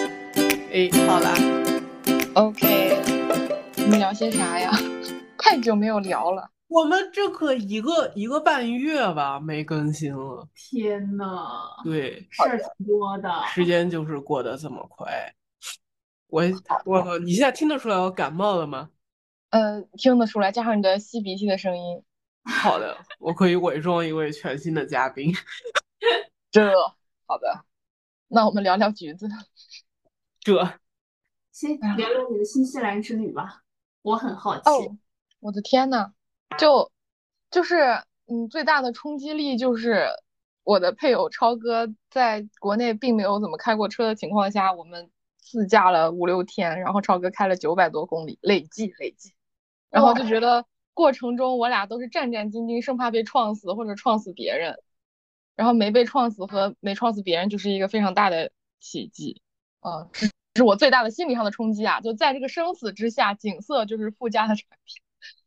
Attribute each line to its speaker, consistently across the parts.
Speaker 1: 哎，好啦，
Speaker 2: OK，我们聊些啥呀？太久没有聊了。
Speaker 1: 我们这可一个一个半月吧没更新了，
Speaker 3: 天呐，
Speaker 1: 对，
Speaker 3: 事儿挺多的。
Speaker 1: 时间就是过得这么快。我我靠，你现在听得出来我感冒了吗？
Speaker 2: 呃，听得出来，加上你的吸鼻涕的声音，
Speaker 1: 好的，我可以伪装一位全新的嘉宾。
Speaker 2: 这好的。那我们聊聊橘子。
Speaker 1: 这
Speaker 3: 先
Speaker 1: 嗯
Speaker 3: 聊聊你的新西兰之旅吧，我很好奇。
Speaker 2: 哦，我的天呐，就就是嗯，最大的冲击力就是我的配偶超哥在国内并没有怎么开过车的情况下，我们自驾了五六天，然后超哥开了九百多公里，累计累计，然后就觉得过程中我俩都是战战兢兢，生怕被撞死或者撞死别人，然后没被撞死和没撞死别人就是一个非常大的奇迹，啊、这是我最大的心理上的冲击啊！就在这个生死之下，景色就是附加的产品。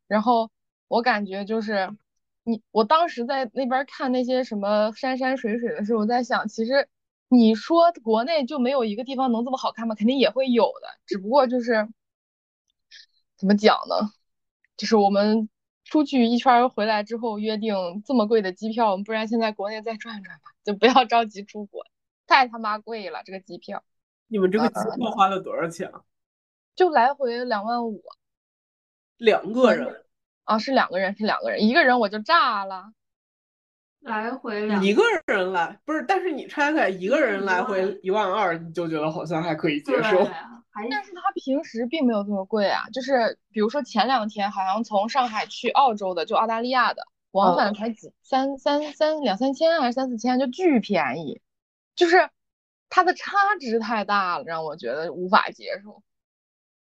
Speaker 2: 然后我感觉就是你，我当时在那边看那些什么山山水水的时候，我在想，其实你说国内就没有一个地方能这么好看吗？肯定也会有的，只不过就是怎么讲呢？就是我们出去一圈儿回来之后，约定这么贵的机票，我们不然现在国内再转转吧，就不要着急出国，太他妈贵了这个机票，
Speaker 1: 你们这个
Speaker 2: 呃
Speaker 1: 机票花了多少钱啊？
Speaker 2: 就来回两万五
Speaker 1: 两个人，
Speaker 2: 啊，是两个人，是两个人，一个人我就炸了。
Speaker 3: 来回两
Speaker 1: 一个人来不是？但是你拆开一个人来
Speaker 3: 一
Speaker 1: 回
Speaker 3: 万
Speaker 1: 一万二，你就觉得好像还可以接
Speaker 3: 对，
Speaker 1: 受。
Speaker 3: 还
Speaker 2: 但是它平时并没有这么贵啊，就是比如说前两天好像从上海去澳洲的，就澳大利亚的，往返才几三三三两三千还是三四千，就巨便宜，就是它的差值太大了，让我觉得无法接受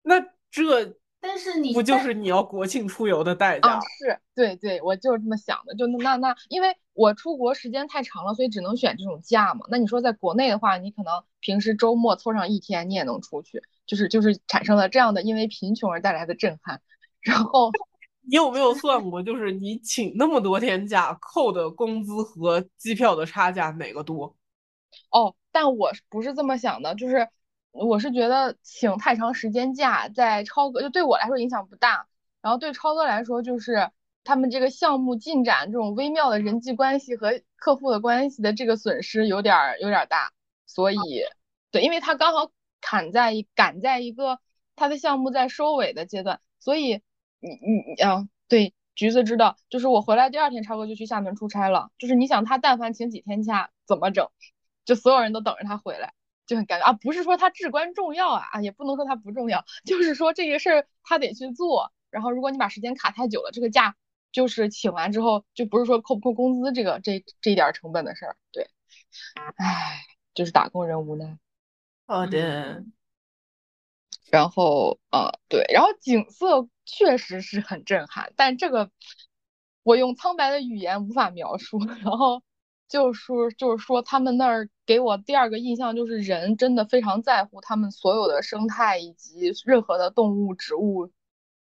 Speaker 1: 那这
Speaker 3: 但是你
Speaker 1: 不就
Speaker 3: 在哦
Speaker 1: 是你要国庆出游的代价
Speaker 2: 啊！？是对对，我就是这么想的，就那那，因为我出国时间太长了，所以只能选这种假嘛。那你说在国内的话，你可能平时周末凑上一天，你也能出去，就是就是产生了这样的因为贫穷而带来的震撼，然后。
Speaker 1: 你有没有算过，就是你请那么多天假，扣的工资和机票的差价哪个多？
Speaker 2: 哦，但我是不是这么想的，就是我是觉得请太长时间假，在超哥就对我来说影响不大，然后对超哥来说就是他们这个项目进展这种微妙的人际关系和客户的关系的这个损失有点儿有点儿大，所以对，因为他刚好砍在一赶在一个他的项目在收尾的阶段，所以你你你啊，对。橘子知道，就是我回来第二天，超哥就去厦门出差了。就是你想，他但凡请几天假，怎么整？就所有人都等着他回来，就很尴尬啊。不是说他至关重要啊，啊也不能说他不重要，就是说这个事儿他得去做。然后如果你把时间卡太久了，这个假就是请完之后，就不是说扣不扣工资这个这这一点儿成本的事儿。对，唉，就是打工人无奈。
Speaker 1: 好
Speaker 3: 的，
Speaker 2: 然后呃，对，然后景色确实是很震撼，但这个我用苍白的语言无法描述。 然后就是说就是说他们那儿给我第二个印象就是人真的非常在乎他们所有的生态以及任何的动物、植物，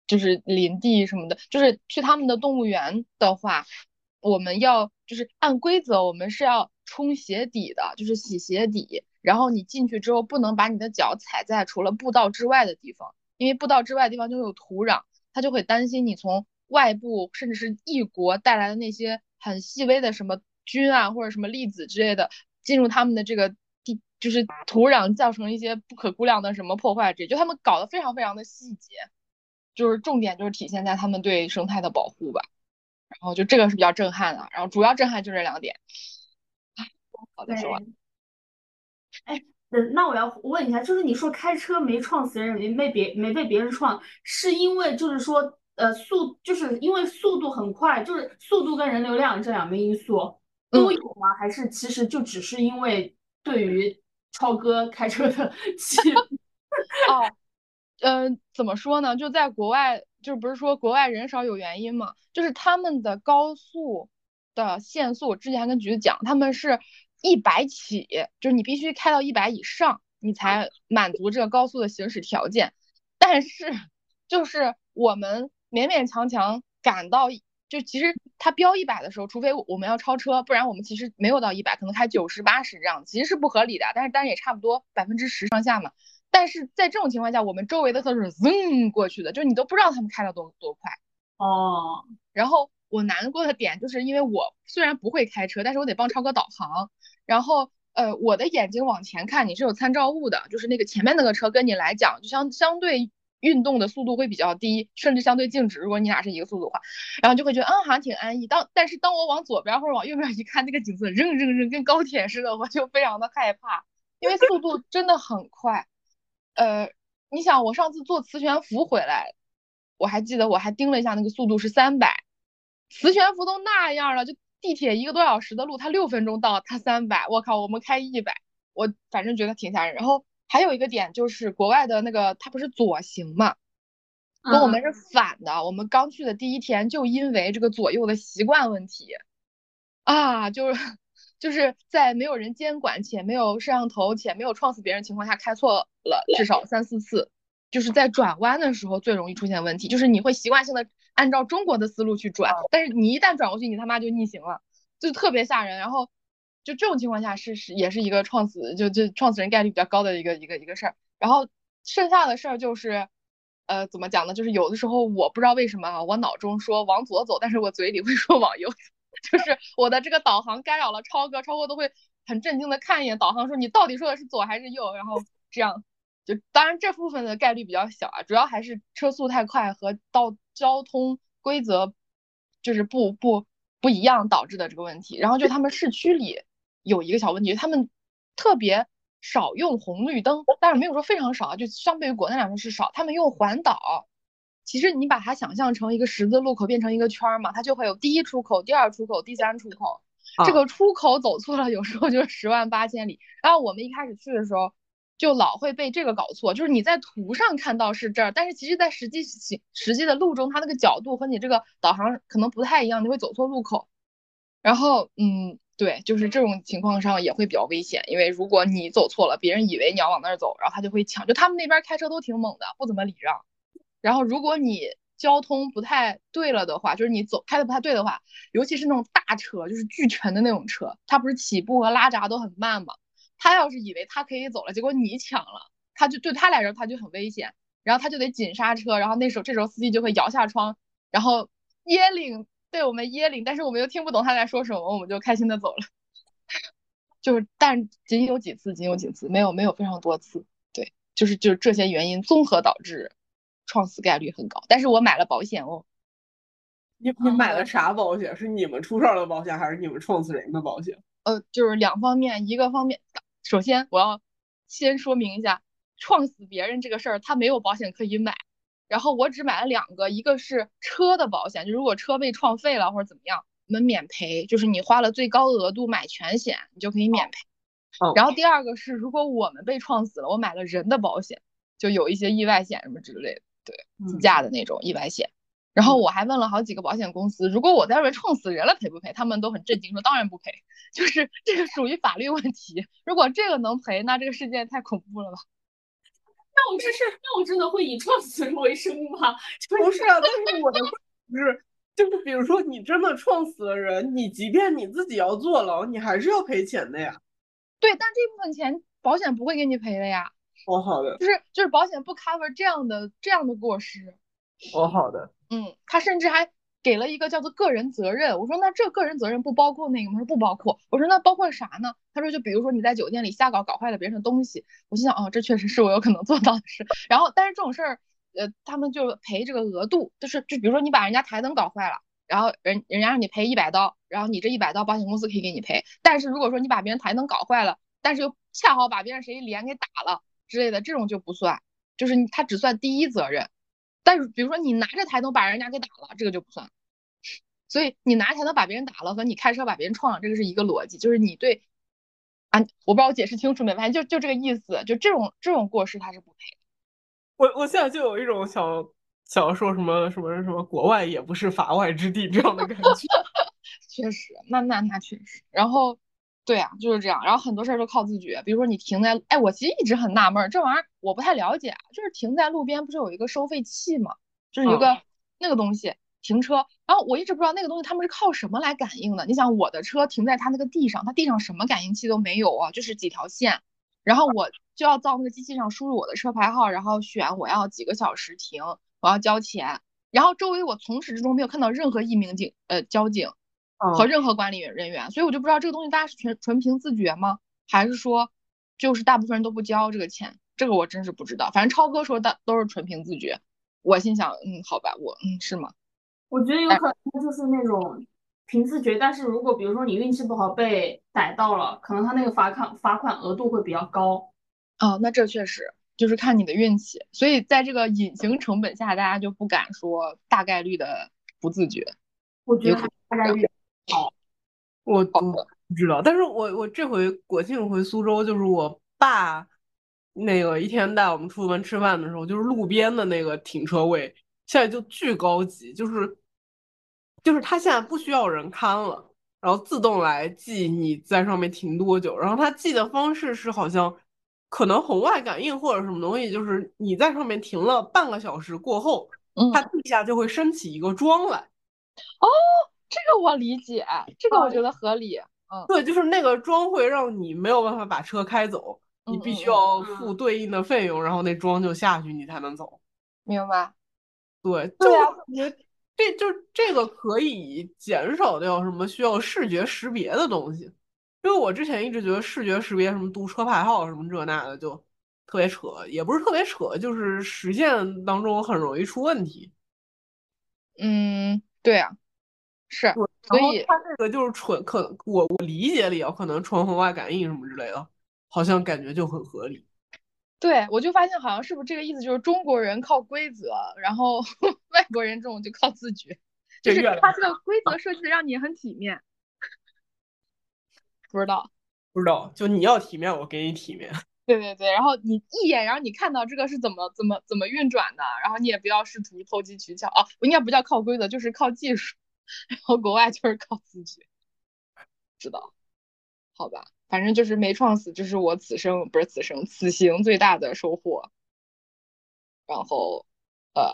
Speaker 2: 就是林地什么的。就是去他们的动物园的话，我们要就是按规则，我们是要冲鞋底的，就是洗鞋底。然后你进去之后，不能把你的脚踩在除了步道之外的地方，因为步道之外的地方就会有土壤，他就会担心你从外部甚至是异国带来的那些很细微的什么菌啊或者什么粒子之类的进入他们的这个地，就是土壤造成一些不可估量的什么破坏之类，就他们搞得非常非常的细节，就是重点就是体现在他们对生态的保护吧。然后就这个是比较震撼的，然后主要震撼就这两点。 唉好的，
Speaker 3: 对
Speaker 2: 说完了。
Speaker 3: 嗯，那我要问一下，就是你说开车没撞死人，没被别没被别人撞，是因为就是说呃速，就是因为速度很快，就是速度跟人流量这两个因
Speaker 1: 嗯
Speaker 3: 素都有吗？还是其实就只是因为对于超哥开车的 气，
Speaker 2: 哦，呃，怎么说呢？就在国外，就不是说国外人少有原因嘛，就是他们的高速的限速，我之前还跟橘子讲，他们是一百起，就是你必须开到一百以上，你才满足这个高速的行驶条件。但是，就是我们勉勉强强赶到一，就其实它标一百的时候，除非我们要超车，不然我们其啊实没有到一百，可能开九十、八十这样，其实是不合理的，但是但是也差不多百分之十上下嘛。但是在这种情况下，我们周围的车是 zoom 过去的，就你都不知道他们开的多多快。
Speaker 3: 哦，
Speaker 2: 然后我难过的点就是因为我虽然不会开车，但是我得帮超哥导航。然后呃，我的眼睛往前看，你是有参照物的，就是那个前面那个车跟你来讲，就相相对运动的速度会比较低，甚至相对静止。如果你俩是一个速度的话，然后就会觉得嗯好像挺安逸。当但是当我往左边或者往右边一看，那个景色扔扔扔跟高铁似的，我就非常的害怕，因为速度真的很快。呃，你想我上次做磁悬浮回来。我还记得，我还盯了一下那个速度是三百，磁悬浮都那样了，就地铁一个多小时的路，它六分钟到，它三百，我靠，我们开一百，我反正觉得挺吓人。然后还有一个点就是国外的那个，它不是左行嘛，跟我们是反的。我们刚去的第一天，就因为这个左右的习惯问题，啊，就是就是在没有人监管且没有摄像头且没有撞死别人情况下，开错了至少三四次。就是在转弯的时候最容易出现问题，就是你会习惯性的按照中国的思路去转，但是你一旦转过去，你他妈就逆行了，就特别吓人。然后就这种情况下是是也是一个撞死就就撞死人概率比较高的一个一个一个事儿。然后剩下的事儿就是，呃，怎么讲呢？就是有的时候我不知道为什么啊，我脑中说往左走，但是我嘴里会说往右， 就是我的这个导航干扰了超哥，超哥都会很震惊的看一眼导航说你到底说的是左还是右，然后这样。就当然这部分的概率比较小啊，主要还是车速太快和到交通规则就是不不不一样导致的这个问题。然后就他们市区里有一个小问题，他们特别少用红绿灯，但是没有说非常少啊，就相对于国内来说是少。他们用环岛，其实你把它想象成一个十字路口变成一个圈儿嘛，它就会有第一出口、第二出口、第三出口。这个出口走错了，有时候就是十万八千里。然后我们一开始去的时候。就老会被这个搞错，就是你在图上看到是这儿，但是其实，在实际行实际的路中，它那个角度和你这个导航可能不太一样，你会走错路口。然后，嗯，对，就是这种情况上也会比较危险，因为如果你走错了，别人以为你要往那儿走，然后他就会抢。就他们那边开车都挺猛的，不怎么礼让。然后，如果你交通不太对了的话，就是你走开的不太对的话，尤其是那种大车，就是巨沉的那种车，它不是起步和拉闸都很慢嘛。他要是以为他可以走了，结果你抢了，他就对他来说他就很危险，然后他就得紧刹车，然后那时候这时候司机就会摇下窗，然后耶领对我们耶领，但是我们又听不懂他在说什么，我们就开心的走了。 就是，但仅有几次，仅有几次，没有没有非常多次。对，就是就是这些原因综合导致，撞死概率很高。但是我买了保险哦。
Speaker 1: 你你买了啥保险？是你们出事儿的保险，还是你们撞死人的保险？
Speaker 2: 呃，就是两方面，一个方面。首先，我要先说明一下，撞死别人这个事儿，他没有保险可以买。然后我只买了两个，一个是车的保险，就如果车被撞废了或者怎么样，我们免赔，就是你花了最高额度买全险，你就可以免赔。
Speaker 1: 哦、
Speaker 2: 然后第二个是，如果我们被撞死了，我买了人的保险，就有一些意外险什么之类的，
Speaker 3: 嗯
Speaker 2: 对，自驾的那种意外险。然后我还问了好几个保险公司，如果我在外面撞死人了赔不赔？他们都很震惊说当然不赔，就是这个属于法律问题。如果这个能赔，那这个世界太恐怖了吧？
Speaker 3: 那我这是那我真的会以撞死人为生吗？
Speaker 1: 不是啊，但是我的不是就是比如说你真的撞死了人，你即便你自己要坐牢，你还是要赔钱的呀。
Speaker 2: 对，但这部分钱保险不会给你赔的呀。
Speaker 1: 哦，好的。
Speaker 2: 就是就是保险不 cover 这样的这样的过失。
Speaker 1: 哦，好的。
Speaker 2: 嗯，他甚至还给了一个叫做个人责任。我说那这个人责任不包括那个吗？说不包括。我说那包括啥呢？他说就比如说你在酒店里瞎搞，搞坏了别人的东西。我心想哦，这确实是我有可能做到的事。然后但是这种事儿，呃，他们就赔这个额度，就是就比如说你把人家台灯搞坏了，然后人人家让你赔一百刀，然后你这一百刀保险公司可以给你赔。但是如果说你把别人台灯搞坏了，但是又恰好把别人谁脸给打了之类的，这种就不算，就是他只算第一责任。但是，比如说你拿着台灯把人家给打了，这个就不算。所以你拿台灯把别人打了和你开车把别人撞了，这个是一个逻辑，就是你对啊，我不知道我解释清楚没？反正就就这个意思，就这种这种过失他是不赔的。
Speaker 1: 我我现在就有一种想想要说什么什么什么国外也不是法外之地这样的感觉。
Speaker 2: 确实，那那那确实。然后，对啊，就是这样。然后很多事儿都靠自觉，比如说你停在，哎，我其实一直很纳闷，这玩意儿。我不太了解，啊就是停在路边不是有一个收费器吗？就是一个那个东西停车，然后我一直不知道那个东西他们是靠什么来感应的。你想我的车停在它那个地上，它地上什么感应器都没有啊，就是几条线，然后我就要到那个机器上输入我的车牌号，然后选我要几个小时停，我要交钱。然后周围我从始至终没有看到任何一名警呃交警和
Speaker 1: 嗯，
Speaker 2: 任何管理人员，所以我就不知道这个东西大家是纯纯凭自觉吗？还是说就是大部分人都不交这个钱？这个我真是不知道。反正超哥说的都是纯凭自觉，我心想，嗯，好吧，我嗯是吗？
Speaker 3: 我觉得
Speaker 2: 哎
Speaker 3: 有可能他就是那种凭自觉，但是如果比如说你运气不好被逮到了，可能他那个罚款罚款额度会比较高。
Speaker 2: 哦，那这确实就是看你的运气，所以在这个隐形成本下，大家就不敢说大概率的不自觉。
Speaker 3: 我觉
Speaker 2: 有
Speaker 3: 得
Speaker 2: 可
Speaker 3: 还大概率
Speaker 1: 我我不知道，但是我我这回国庆回苏州，就是我爸那个一天带我们出门吃饭的时候，就是路边的那个停车位，现在就巨高级，就是就是他现在不需要人看了，然后自动来记你在上面停多久，然后他记的方式是好像可能红外感应或者什么东西，就是你在上面停了半个小时过后，
Speaker 2: 嗯，
Speaker 1: 它地下就会升起一个桩来。
Speaker 2: 这个我理解，这个我觉得合理。嗯
Speaker 1: 对，就是那个桩会让你没有办法把车开走，你
Speaker 2: 嗯
Speaker 1: 必
Speaker 2: 嗯
Speaker 1: 须
Speaker 2: 嗯
Speaker 1: 要
Speaker 3: 嗯
Speaker 1: 付对应的费用，然后那桩就下去，你才能走。
Speaker 2: 明白。
Speaker 1: 对，就
Speaker 2: 对
Speaker 1: 是
Speaker 2: 啊
Speaker 1: 感觉这就这个可以减少掉什么需要视觉识别的东西，因为我之前一直觉得视觉识别什么读车牌号什么这那的就特别扯，也不是特别扯，就是实践当中很容易出问题。
Speaker 2: 嗯，对啊，是，
Speaker 1: 对，
Speaker 2: 所
Speaker 1: 然后
Speaker 2: 以
Speaker 1: 它这个就是纯可能我我理解里啊，可能纯红外感应什么之类的，好像感觉就很合理。
Speaker 2: 对我就发现好像是不是这个意思，就是中国人靠规则，然后 外国人这种就靠自觉，就
Speaker 1: 这
Speaker 2: 是
Speaker 1: 越啊来
Speaker 2: 他这个规则设计的让你很体面。 不知道。
Speaker 1: 不知道，就你要体面，我给你体面。
Speaker 2: 对对对，然后你一眼，然后你看到这个是怎么怎么怎么运转的，然后你也不要试图投机取巧啊，应该不叫靠规则，就是靠技术，然后国外就是靠自觉，知道？好吧，反正就是没撞死，这是我此生不是此生此行最大的收获。然后，呃，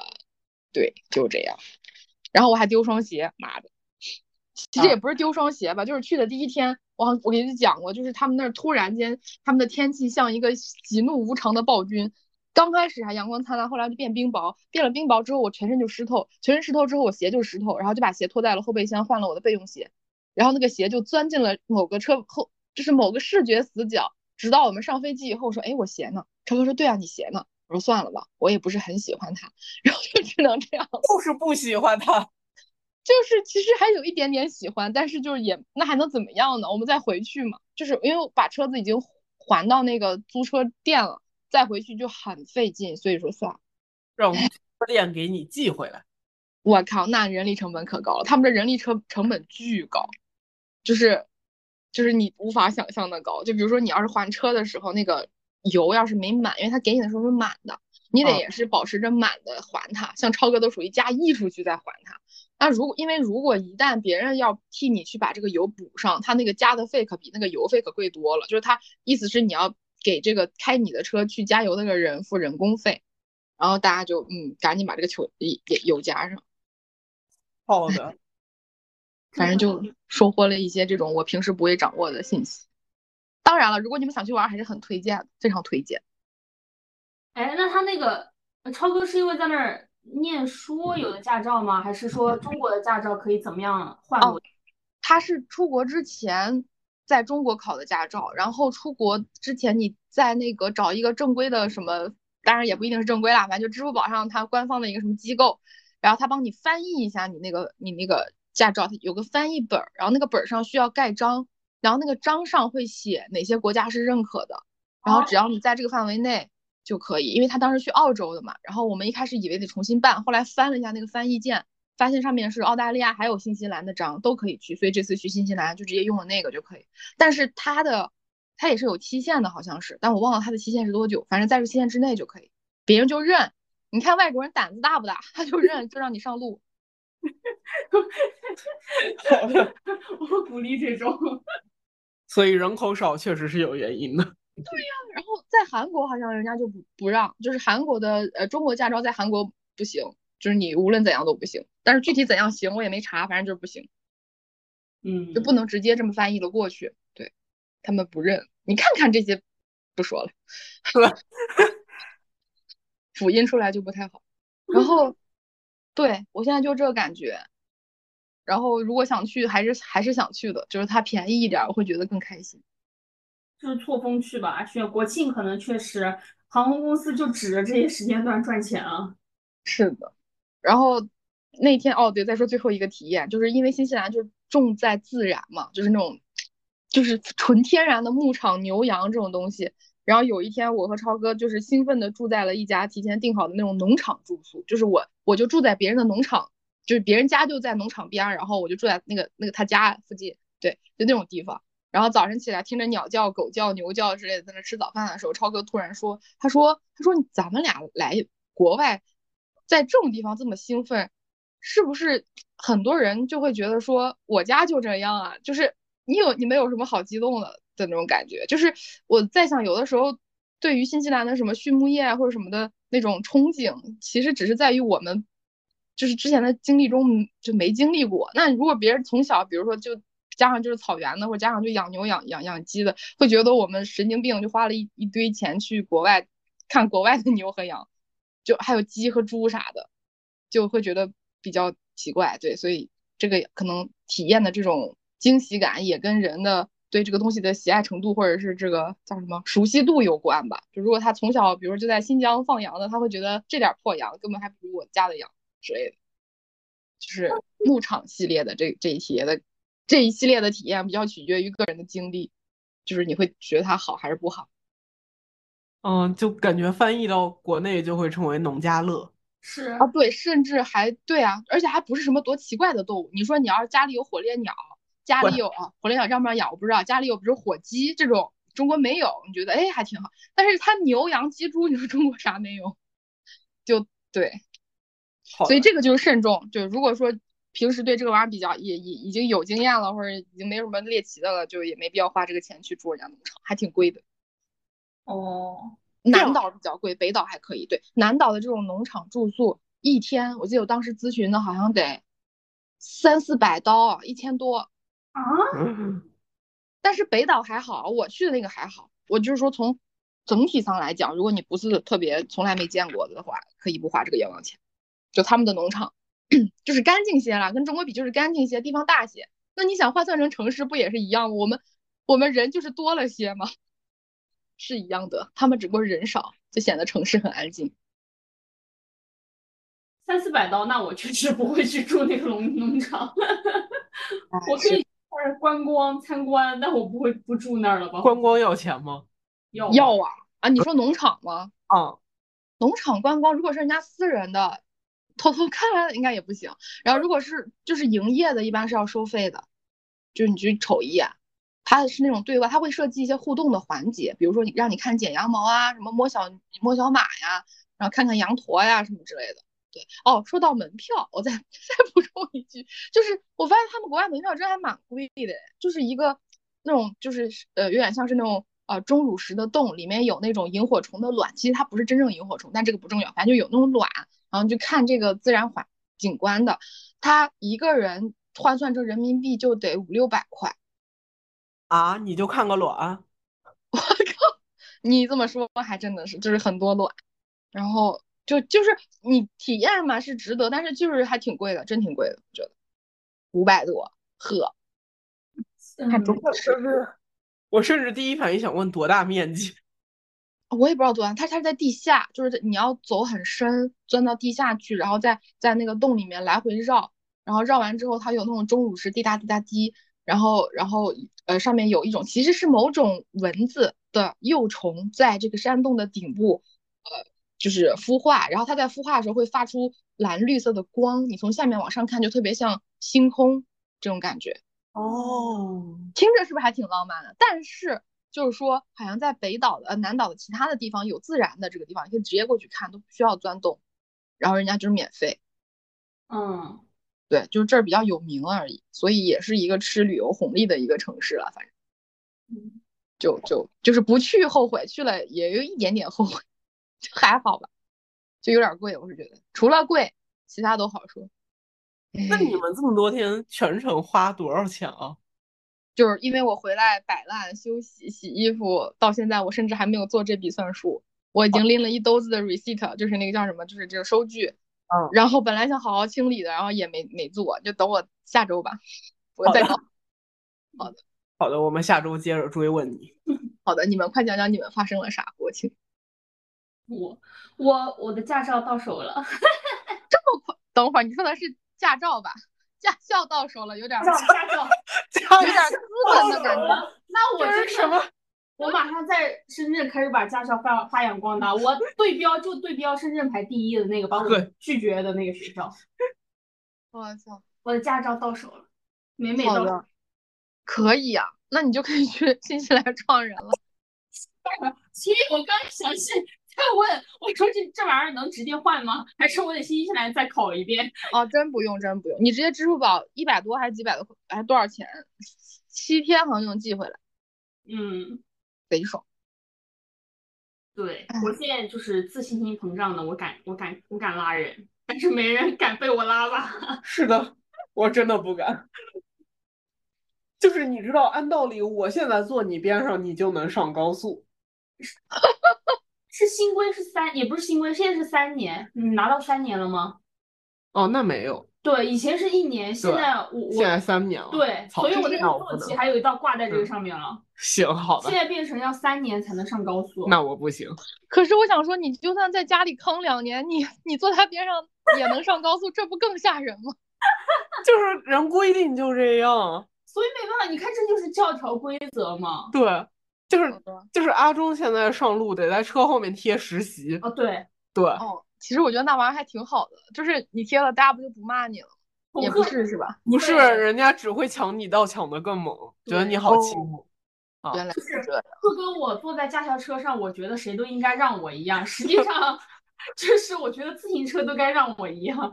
Speaker 2: 对，就这样。然后我还丢双鞋，妈的！其实也不是丢双鞋吧，就是去的第一天，我好像我给你讲过，就是他们那儿突然间，他们的天气像一个喜怒无常的暴君。刚开始还阳光灿烂，后来就变冰雹，变了冰雹之后，我全身就湿透，全身湿透之后，我鞋就湿透，然后就把鞋脱在了后备箱，换了我的备用鞋，然后那个鞋就钻进了某个车后，就是某个视觉死角，直到我们上飞机以后说，哎，我鞋呢？超哥说，对啊，你鞋呢？我说算了吧，我也不是很喜欢它，然后就只能这样。
Speaker 1: 就是不喜欢他，
Speaker 2: 就是其实还有一点点喜欢，但是就是也那还能怎么样呢？我们再回去嘛，就是因为我把车子已经还到那个租车店了，再回去就很费劲，所以说算了。
Speaker 1: 让我们店给你寄回来。
Speaker 2: 我靠，那人力成本可高了，他们的人力成成本巨高，就是就是你无法想象的高。就比如说你要是还车的时候，那个油要是没满，因为他给你的时候是满的，你得
Speaker 1: 嗯
Speaker 2: 也是保持着满的还他。像超哥都属于加溢出去再还他。那如果因为如果一旦别人要替你去把这个油补上，他那个加的费可比那个油费可贵多了。就是他意思是你要给这个开你的车去加油的那个人付人工费，然后大家就嗯赶紧把这个球也也油加上。
Speaker 1: 好 的，
Speaker 2: 反正就收获了一些这种我平时不会掌握的信息。当然了，如果你们想去玩，还是很推荐的，非常推荐。
Speaker 3: 哎，那他那个呃超哥是因为在那儿念书有的驾照吗？还是说中国的驾照可以怎么样换
Speaker 2: 哦
Speaker 3: 我？
Speaker 2: 他是出国之前在中国考的驾照，然后出国之前你在那个找一个正规的什么，当然也不一定是正规啦，反正就支付宝上它官方的一个什么机构，然后他帮你翻译一下你那个你那个驾照，它有个翻译本儿，然后那个本儿上需要盖章，然后那个章上会写哪些国家是认可的，然后只要你在这个范围内就可以，因为他当时去澳洲的嘛，然后我们一开始以为得重新办，后来翻了一下那个翻译件，发现上面是澳大利亚还有新西兰的章都可以去，所以这次去新西兰就直接用了那个就可以。但是它的它也是有期限的，好像是，但我忘了它的期限是多久，反正在这期限之内就可以，别人就认。你看外国人胆子大不大？他就认，就让你上路。
Speaker 1: 好的。
Speaker 3: 我鼓励这种。
Speaker 1: 所以人口少确实是有原因的。
Speaker 2: 然后在韩国好像人家就不不让，就是韩国的呃中国驾照在韩国不行，就是你无论怎样都不行。但是具体怎样行我也没查，反正就是不行。
Speaker 1: 嗯
Speaker 3: 嗯
Speaker 2: 就不能直接这么翻译了过去。对，他们不认。你看看这些不说了， 辅音出来就不太好。然后，对我现在就这个感觉。然后，如果想去，还是还是想去的，就是它便宜一点，我会觉得更开心。
Speaker 3: 就是错峰去吧，选国庆可能确实航空公司就指着这些时间段赚钱啊。
Speaker 2: 是的，然后那天哦，对，再说最后一个体验，就是因为新西兰就是重在自然嘛，就是那种就是纯天然的牧场牛羊这种东西。然后有一天，我和超哥就是兴奋的住在了一家提前订好的那种农场住宿，就是我我就住在别人的农场，就是别人家就在农场边儿，然后我就住在那个那个他家附近，对，就那种地方。然后早晨起来听着鸟叫、狗叫、牛叫之类的，在那吃早饭的时候，超哥突然说：“他说他说咱们俩来国外。”在这种地方这么兴奋，是不是很多人就会觉得说我家就这样啊？就是你有你们有什么好激动的的那种感觉？就是我在想，有的时候对于新西兰的什么畜牧业啊或者什么的那种憧憬，其实只是在于我们就是之前的经历中就没经历过。那如果别人从小，比如说就加上就是草原的，或者加上就养牛养养养鸡的，会觉得我们神经病，就花了一一堆钱去国外看国外的牛和羊。就还有鸡和猪啥的，就会觉得比较奇怪，对，所以这个可能体验的这种惊喜感也跟人的对这个东西的喜爱程度，或者是这个叫什么熟悉度有关吧。就如果他从小，比如就在新疆放羊的，他会觉得这点破羊根本还不如我家的羊之类的。就是牧场系列的这这一系列的这一系列的体验，比较取决于个人的经历，就是你会觉得它好还是不好。
Speaker 1: 嗯，就感觉翻译到国内就会成为农家乐。
Speaker 3: 是
Speaker 2: 啊，对，甚至还对啊，而且还不是什么多奇怪的动物。你说你要是家里有火烈鸟，家里有啊，火烈鸟让不让养我不知道，家里有比如火鸡这种，中国没有，你觉得哎还挺好。但是它牛羊鸡猪，你说中国啥没有？就对，
Speaker 1: 哦
Speaker 2: 所 以这个就是慎重。就如果说平时对这个玩意儿比较也已已经有经验了，或者已经没什么猎奇的了，就也没必要花这个钱去住人家农场，还挺贵的。
Speaker 3: 哦，
Speaker 2: 南岛比较贵，北岛还可以。对，南岛的这种农场住宿，一天我记得我当时咨询的好像得三四百刀啊，一千多。
Speaker 3: 啊，
Speaker 2: 但是北岛还好，我去的那个还好。我就是说从总体上来讲，如果你不是特别从来没见过的话，可以不花这个冤枉钱。就他们的农场 就是干净些啦，跟中国比就是干净些，地方大些。那你想换算成城市不也是一样吗？我们我们人就是多了些吗？ 是一样的，他们只不过人少，就显得城市很安静。
Speaker 3: 三四百刀，那我确实不会去住那个农农场。 我可以那儿观光参观，但我不会不住那儿了吧？
Speaker 1: 观光要钱吗？
Speaker 3: 要
Speaker 2: 要啊啊！你说农场吗？
Speaker 1: 啊，
Speaker 2: 农场观光，如果是人家私人的，偷偷看应该也不行。然后如果是就是营业的，一般是要收费的，就是你去瞅一眼。它是那种对外，它会设计一些互动的环节，比如说你让你看剪羊毛啊，什么摸小摸小马呀，然后看看羊驼呀什么之类的。对，哦，说到门票，我再 再补充一句，就是我发现他们国外门票真还蛮贵的，就是一个那种就是呃有点像是那种呃钟乳石的洞，里面有那种萤火虫的卵，其实它不是真正萤火虫，但这个不重要，反正就有那种卵，然后就看这个自然环景观的，它一个人换算成人民币就得五六百块。
Speaker 1: 啊，你就看个卵，
Speaker 2: 我靠！你这么说还真的是，就是很多卵，然后就就是你体验嘛是值得，但是就是还挺贵的，真挺贵的，我觉得五百多，呵，
Speaker 3: 嗯，
Speaker 2: 中
Speaker 1: 就是我甚至第一反应想问多大面积，
Speaker 2: 哦我也不知道多大，它它是在地下，就是你要走很深，钻到地下去，然后在在那个洞里面来回绕，然后绕完之后，它有那种钟乳石滴答滴答滴。然后，然后，呃，上面有一种其实是某种蚊子的幼虫在这个山洞的顶部，呃，就是孵化。然后它在孵化的时候会发出蓝绿色的光，你从下面往上看就特别像星空这种感觉。
Speaker 1: 哦，
Speaker 2: 听着是不是还挺浪漫的？但是就是说，好像在北岛的、呃、南岛的其他的地方有自然的这个地方，你可以直接过去看，都不需要钻洞，然后人家就是免费。
Speaker 3: 嗯。
Speaker 2: 对，就是这儿比较有名而已，所以也是一个吃旅游红利的一个城市了。反正，
Speaker 3: 嗯
Speaker 2: 就就就是不去后悔，去了也有一点点后悔，还好吧，就有点贵，我是觉得除了贵，其他都好说。
Speaker 1: 那你们这么多天全程花多少钱啊？
Speaker 2: 就是因为我回来摆烂、休息、洗衣服，到现在我甚至还没有做这笔算术。我
Speaker 3: 哦
Speaker 2: 已经拎了一兜子的 receipt，就是那个叫什么，就是这个收据。
Speaker 1: 嗯，
Speaker 2: 然后本来想好好清理的，然后也没没做，就等我下周吧，我再
Speaker 1: 好
Speaker 2: 搞。
Speaker 1: 好的，我们下周接着追问你。
Speaker 2: 好的，你们快讲讲你们发生了啥国庆？
Speaker 3: 我我我的驾照到手了，
Speaker 2: 等会儿你说的是驾照吧？驾校到手了，有点
Speaker 3: 驾
Speaker 2: 儿
Speaker 3: 照驾照
Speaker 2: 有点儿
Speaker 3: 到
Speaker 2: 资本的
Speaker 3: 手
Speaker 2: 感觉。
Speaker 3: 了。那我
Speaker 1: 这
Speaker 3: 真
Speaker 1: 是
Speaker 3: 的
Speaker 1: 什么？
Speaker 3: 我马上在深圳开始把驾校发发扬光大，我对标就对标深圳排第一的那个把我
Speaker 1: 对
Speaker 3: 拒绝的那个学校，
Speaker 2: 我操，
Speaker 3: 我的驾照到手了，美美
Speaker 2: 好
Speaker 3: 到手。
Speaker 2: 的，可以呀、那你就可以去 新西兰撞人了。
Speaker 3: 所以我刚想是在问，我说这这玩意儿能直接换吗？还是我得新西兰再考一遍？
Speaker 2: 哦，真不用，真不用，你直接支付宝一百多还是几百多，还多少钱？七天好像就能寄回来，
Speaker 3: 嗯，
Speaker 2: 贼爽。
Speaker 3: 对，我现在就是自信心膨胀的，我敢我敢我敢拉人，但是没人敢被我拉吧？
Speaker 1: 是的，我真的不敢。就是你知道，按道理我现在坐你边上，你就能上高速。
Speaker 3: 是新规是三，也不是新规，现在是三年，你拿到三年了吗？
Speaker 1: 哦，那没有，
Speaker 3: 对，以前是一年，现
Speaker 1: 对
Speaker 3: 在我我
Speaker 1: 现在三年了。
Speaker 3: 对，
Speaker 1: 操
Speaker 3: 所以
Speaker 1: 这
Speaker 3: 我那
Speaker 1: 这
Speaker 3: 个
Speaker 1: 样我不
Speaker 3: 坐骑
Speaker 1: 能
Speaker 3: 还有一道挂在这个
Speaker 1: 嗯
Speaker 3: 上面了，
Speaker 1: 行，好的
Speaker 3: 现，在变成要三年才能上高速。
Speaker 1: 那我不 行。
Speaker 2: 可是我想说，你就算在家里坑两年，你你坐他边上也能上高速，这不更吓人吗？
Speaker 1: 就是人规定就这样，
Speaker 3: 所以没办法，你看这就是教条规则嘛。
Speaker 1: 对，就是
Speaker 3: 嗯
Speaker 2: 好的
Speaker 1: 就是阿忠现在上路得在车后面贴实习，
Speaker 3: 哦，对，
Speaker 1: 对，
Speaker 2: 哦，其实我觉得那玩意儿还挺好的，就是你贴了，大家不就不骂你了吗？
Speaker 3: 恐
Speaker 2: 也不
Speaker 3: 吓
Speaker 2: 是是吧？
Speaker 1: 不是
Speaker 3: 对
Speaker 1: 人家只会抢你道抢的更猛，觉得
Speaker 3: 对
Speaker 1: 你好欺
Speaker 2: 哦
Speaker 1: 负。啊
Speaker 2: 原来是这样。
Speaker 3: 就跟我坐在驾校车上，我觉得谁都应该让我一样。实际上， 就是我觉得自行车都该让我一样，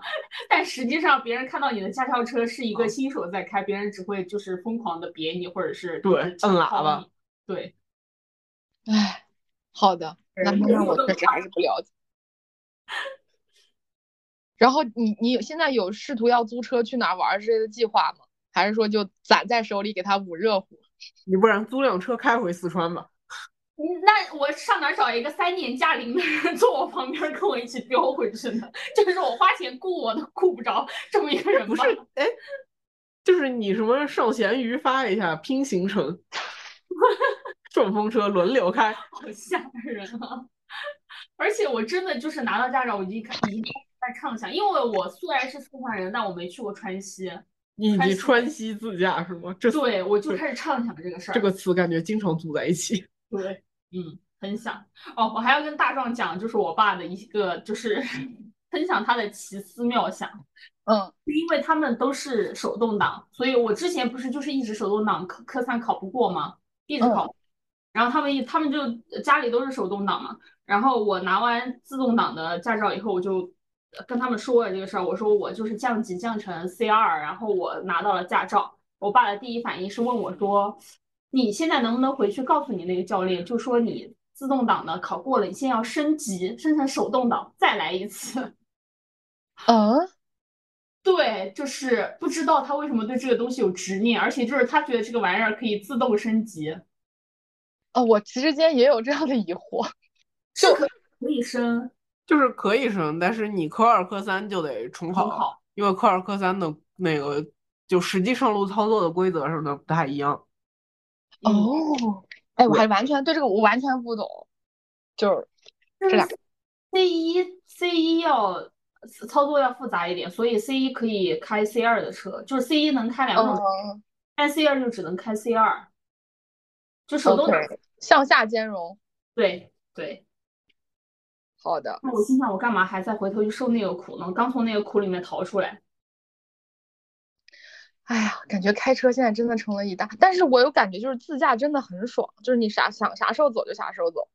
Speaker 3: 但实际上别人看到你的驾校车是一
Speaker 1: 嗯
Speaker 3: 个新手在开，别人只会就是疯狂的别你，或者是
Speaker 1: 对
Speaker 3: 就是嘲
Speaker 1: 摁喇叭
Speaker 3: 你。对，
Speaker 2: 唉，好的，那
Speaker 3: 嗯
Speaker 2: 那我确实还是不了解。然后你你有现在有试图要租车去哪儿玩儿之类的计划吗？还是说就攒在手里给它捂热乎？
Speaker 1: 你不然租辆车开回四川吧。
Speaker 3: 嗯那我上哪儿找一个三年驾龄的人坐我旁边儿跟我一起飙回去呢？ 就是我花钱雇我都雇不着这么一个人
Speaker 1: 不
Speaker 3: 吧
Speaker 1: 是？，哎，就是你什么上闲鱼发一下拼行 程，顺风车轮流开。
Speaker 3: 好吓人啊！而且我真的就是拿到驾照，我已经开已经在畅想，因为我虽然是四川人，但我没去过川西，
Speaker 1: 你以及
Speaker 3: 川
Speaker 1: 川西自驾是吗？这
Speaker 3: 对我就
Speaker 1: 对
Speaker 3: 开始畅想这个事儿。
Speaker 1: 这个词感觉经常组在一起。
Speaker 3: 对，嗯，很想哦，我还要跟大壮讲，就是我爸的一个就是 分享他的奇思妙想。
Speaker 2: 嗯，
Speaker 3: 因为他们都是手动挡，所以我之前不是就是一直手动挡，科科三考不过嘛，一直考。然后他们一他们就家里都是手动挡嘛，然后我拿完自动挡的驾照以后，我就呃跟他们说了这个事儿，我说我就是降级降成 C 二，然后我拿到了驾照。我爸的第一反应是问我说：“你现在能不能回去告诉你那个教练，就说你自动挡的考过了，你现在要升级，升成手动挡，再来一次。”
Speaker 2: 嗯，
Speaker 3: 对，就是不知道他为什么对这个东西有执念，而且就是他觉得这个玩意儿可以自动升级，
Speaker 2: 哦，我其实今天也有这样的疑惑。
Speaker 3: 是可可以升，
Speaker 1: 就是可以升，但是你科二、科三就得重
Speaker 3: 很
Speaker 1: 考，
Speaker 3: 好。
Speaker 1: 因为科二、科三的那个就实际上路操作的规则什么的不太一样。
Speaker 3: 嗯，
Speaker 2: 哦，哎，我还完全对这个我完全不懂，就是
Speaker 3: 这
Speaker 2: 这俩
Speaker 3: C 一 C 一要操作要复杂一点，所以 C 一可以开 C 二的车，就是 C 一能开两种车，
Speaker 2: 嗯，
Speaker 3: 但 C 二就只能开 C 二，就手动挡。
Speaker 2: OK 向下兼容。
Speaker 3: 对对，
Speaker 2: 好的，
Speaker 3: 那我心想，我干嘛还再回头去受那个苦呢？刚从那个苦里面逃出来。
Speaker 2: 哎呀，感觉开车现在真的成了一大，但是我有感觉就是自驾真的很爽，就是你啥想啥时候走就啥时候走，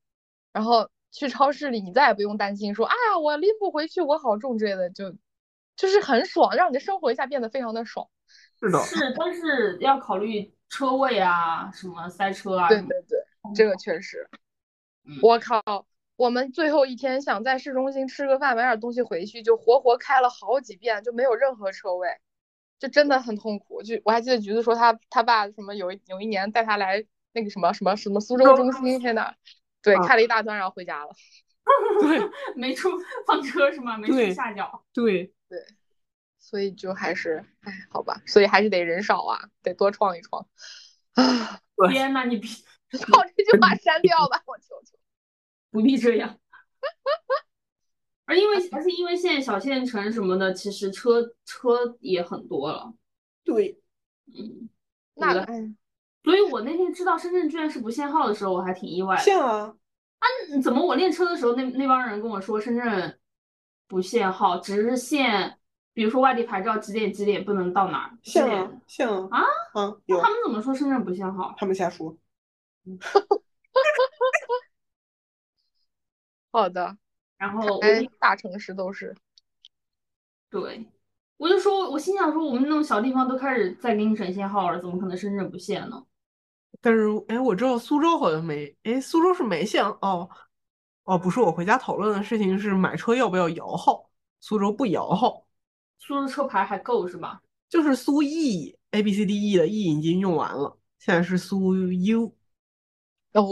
Speaker 2: 然后去超市里你再也不用担心说，哎呀，我拎不回去，我好重之类的，就就是很爽，让你的生活一下变得非常的爽。
Speaker 1: 是的，
Speaker 3: 是，但是要考虑车位啊，什么塞车啊，
Speaker 2: 对
Speaker 3: 什么
Speaker 2: 对对，这个确实
Speaker 3: 嗯。
Speaker 2: 我靠，我们最后一天想在市中心吃个饭，买点东西回去，就活活开了好几遍，就没有任何车位，就真的很痛苦。就我还记得橘子说他他爸什么有一有一年带他来那个什么什么什么苏州中心在哪儿，对，
Speaker 1: 啊
Speaker 2: 看了一大段，然后回家了。
Speaker 1: 对
Speaker 3: 没处放车是吗？没
Speaker 1: 对
Speaker 3: 处下脚。
Speaker 1: 对，
Speaker 2: 所以就还是，哎，好吧，所以还是得人少啊，得多创一创。啊，
Speaker 1: 对
Speaker 3: 天呐，你必
Speaker 2: 靠，这句话删掉吧，我求求。
Speaker 3: 不必这 样。而因为而且因为现在小县城什么的，其实车车也很多了，
Speaker 1: 对，
Speaker 3: 嗯，
Speaker 2: 那
Speaker 3: 对的
Speaker 2: 哎，
Speaker 3: 所以我那天知道深圳居然是不限号的时候，我还挺意外的。
Speaker 1: 像啊，
Speaker 3: 嗯怎么我练车的时候，那那帮人跟我说深圳不限号，只是限，比如说外地牌照几点几点不能到哪儿之
Speaker 1: 像
Speaker 3: 类
Speaker 1: 啊
Speaker 3: 的。，
Speaker 1: 像
Speaker 3: 啊，
Speaker 1: 嗯，
Speaker 3: 那
Speaker 1: 有
Speaker 3: 他们怎么说深圳不限号？
Speaker 1: 他们瞎说，
Speaker 2: 好的，
Speaker 3: 然后我
Speaker 2: 哎，大城市都是，
Speaker 3: 对，我就说，我心想说，我们那种小地方都开始在给你整限号了，怎么可能深圳不限呢？
Speaker 1: 但是哎，我知道苏州好像没，哎，苏州是没限哦，哦，不是，我回家讨论的事情是买车要不要摇号，苏州不摇号，
Speaker 3: 苏州车牌还够是吧？
Speaker 1: 就是苏 E A B C D E 的 E 已经用完了，现在是苏 U，
Speaker 2: 哦，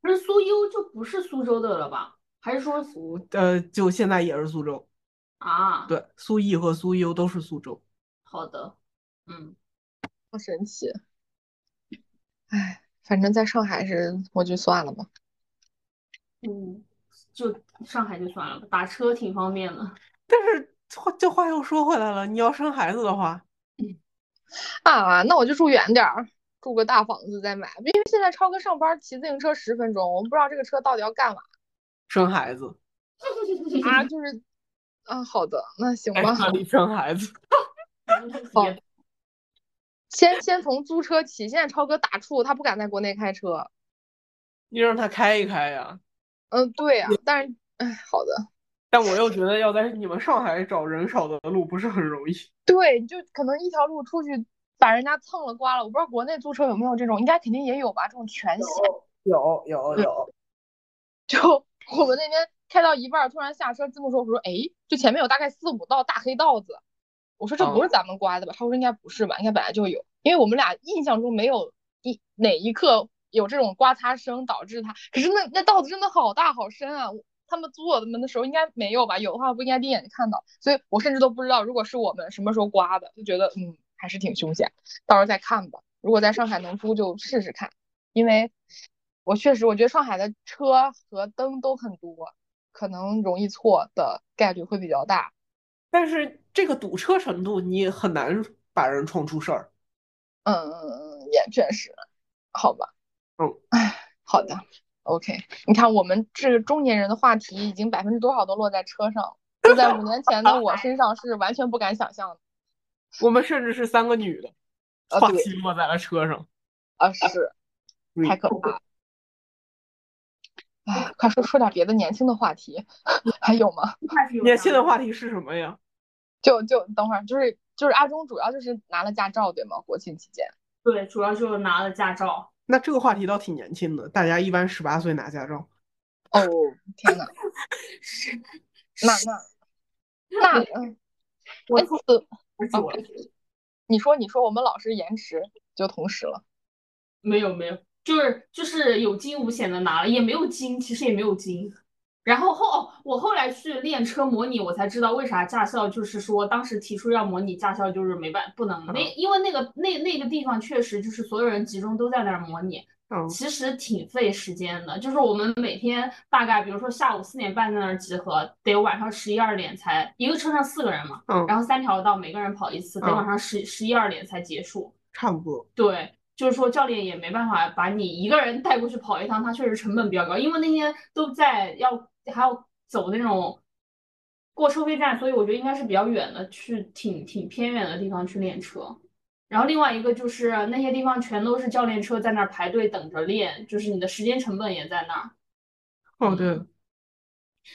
Speaker 3: 可是苏 U 就不是苏州的了吧？还是说
Speaker 1: 苏呃，就现在也是苏州，
Speaker 3: 啊？
Speaker 1: 对，苏 E 和苏 U 都是苏州。
Speaker 3: 好的，嗯，
Speaker 2: 好神奇。哎，反正在上海是，我就算了吧。
Speaker 3: 嗯，就上海就算了吧，打车挺方便 的。
Speaker 1: 但是话这话又说回来了，你要生孩子的话，
Speaker 2: 啊，那我就住远点儿，住个大房子再买。因为现在超哥上班骑自行车十分钟，我不知道这个车到底要干嘛
Speaker 1: 生孩子，
Speaker 2: 啊，就是，啊，好的，那行
Speaker 1: 在
Speaker 2: 吧。
Speaker 1: 这里生孩子，
Speaker 2: 哦先先从租车起，现在超哥打怵，他不敢在国内开车。
Speaker 1: 你让他开一开呀。
Speaker 2: 嗯，对呀、但是，哎，好的，
Speaker 1: 但我又觉得要在你们上海找人少的路不是很容易。
Speaker 2: 对，你就可能一条路出去把人家蹭了刮了。我不知道国内租车有没有这种，应该肯定也有吧，这种全险。
Speaker 1: 有有
Speaker 2: 嗯
Speaker 1: 有，
Speaker 2: 就我们那天开到一半儿，突然下车，字幕说：“我说，哎，就前面有大概四五道大黑道子。”我说：“这不是咱们刮的吧？”他说：“应该不是吧，应该本来就有。”因为我们俩印象中没有一哪一刻有这种刮擦声导致他。可是那那道子真的好大好深啊！我他们租我们的时候应该没有吧？有的话不应该第一眼就看到。所以我甚至都不知道，如果是我们什么时候刮的，就觉得嗯还是挺凶险，到时候再看吧。如果在上海能租就试试看。因为我确实我觉得上海的车和灯都很多，可能容易错的概率会比较大。
Speaker 1: 但是这个堵车程度，你很难把人冲出事儿。
Speaker 2: 嗯嗯嗯，也确实，好吧。
Speaker 1: 嗯，
Speaker 2: 哎，好的，OK。你看，我们这个中年人的话题已经百分之多少都落在车上了，就在五年前的我身上是完全不敢想象的。
Speaker 1: 我们甚至是三个女的，
Speaker 2: 啊
Speaker 1: 话
Speaker 2: 对
Speaker 1: 题落在了车上。
Speaker 2: 啊，是，太可怕了。哎，快说说点别的年轻的话题，还有吗？
Speaker 1: 年轻的话题是什么呀？
Speaker 2: 就就等会儿，就是就是阿忠主要就是拿了驾照，对吗？国庆期间，
Speaker 3: 对，主要就是拿了驾照。
Speaker 1: 那这个话题倒挺年轻的，大家一般十八岁拿驾照。
Speaker 2: 哦天呐，那那那，嗯，
Speaker 3: 我
Speaker 2: 哎
Speaker 3: 错
Speaker 2: 此
Speaker 3: 而且我
Speaker 2: 你说你说我们老是延迟就同时了，
Speaker 3: 没有没有，就是就是有惊无险的拿了，也没有惊，其实也没有惊。然后后哦，我后来去练车模拟，我才知道为啥驾校就是说当时提出要模拟驾校，就是没办不能
Speaker 1: 嗯
Speaker 3: 那因为那个那那个地方确实就是所有人集中都在那儿模拟，
Speaker 1: 嗯，
Speaker 3: 其实挺费时间的。就是我们每天大概比如说下午四点半在那儿集合，得晚上十一二点才一个车上四个人嘛，
Speaker 1: 嗯
Speaker 3: 然后三条道每个人跑一次，得晚上十十一二点才结束。
Speaker 1: 差不多。
Speaker 3: 对，就是说教练也没办法把你一个人带过去跑一趟，他确实成本比较高，因为那天都在要还要走那种过收费站，所以我觉得应该是比较远的，去挺挺偏远的地方去练车。然后另外一个就是那些地方全都是教练车在那儿排队等着练，就是你的时间成本也在那儿。
Speaker 1: 哦，对，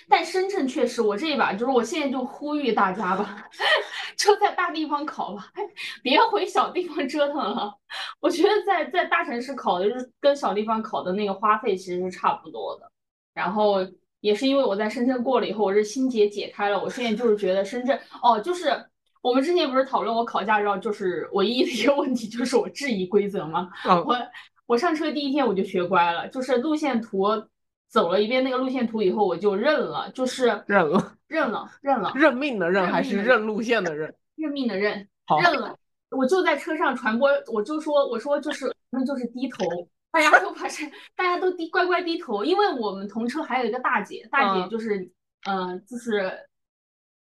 Speaker 3: 但深圳确实，我这一把就是我现在就呼吁大家吧， 车在大地方考吧，别回小地方折腾了。我觉得在在大城市考的，就是跟小地方考的那个花费其实是差不多的。然后也是因为我在深圳过了以后，我这心结解开了，我现在就是觉得深圳哦，就是。我们之前不是讨论我考驾照，就是唯一的一个问题就是我质疑规则吗？
Speaker 1: 嗯
Speaker 3: 我我上车第一天我就学乖了，就是路线图走了一遍那个路线图以后我就认了，就 是
Speaker 1: 认了，
Speaker 3: 认了，认了，
Speaker 1: 认命的认
Speaker 3: 认
Speaker 1: 还是
Speaker 3: 命的
Speaker 1: 认路线的认？
Speaker 3: 认命的认，
Speaker 1: 好，
Speaker 3: 认了。我就在车上传播，我就说，我说就是他们就是低头，大家都把是大家都低乖乖低头，因为我们同车还有一个大姐，大姐
Speaker 1: 嗯
Speaker 3: 就是嗯、呃就是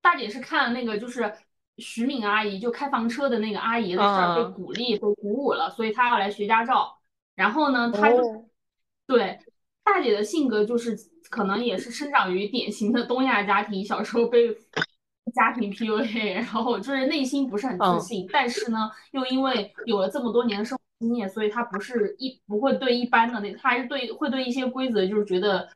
Speaker 3: 大姐是看那个就是徐敏阿姨就开房车的那个阿姨的事儿被
Speaker 1: 嗯
Speaker 3: 鼓励被鼓舞了，所以她要来学驾照。然后呢，她就
Speaker 2: 哦
Speaker 3: 对大姐的性格就是可能也是生长于典型的东亚家庭，小时候被 家庭 PUA，然后就是内心不是很
Speaker 1: 嗯
Speaker 3: 自信，但是呢，又因为有了这么多年的生活经验，所以她不是一不会对一般的那，她还是对会对一些规则就是觉得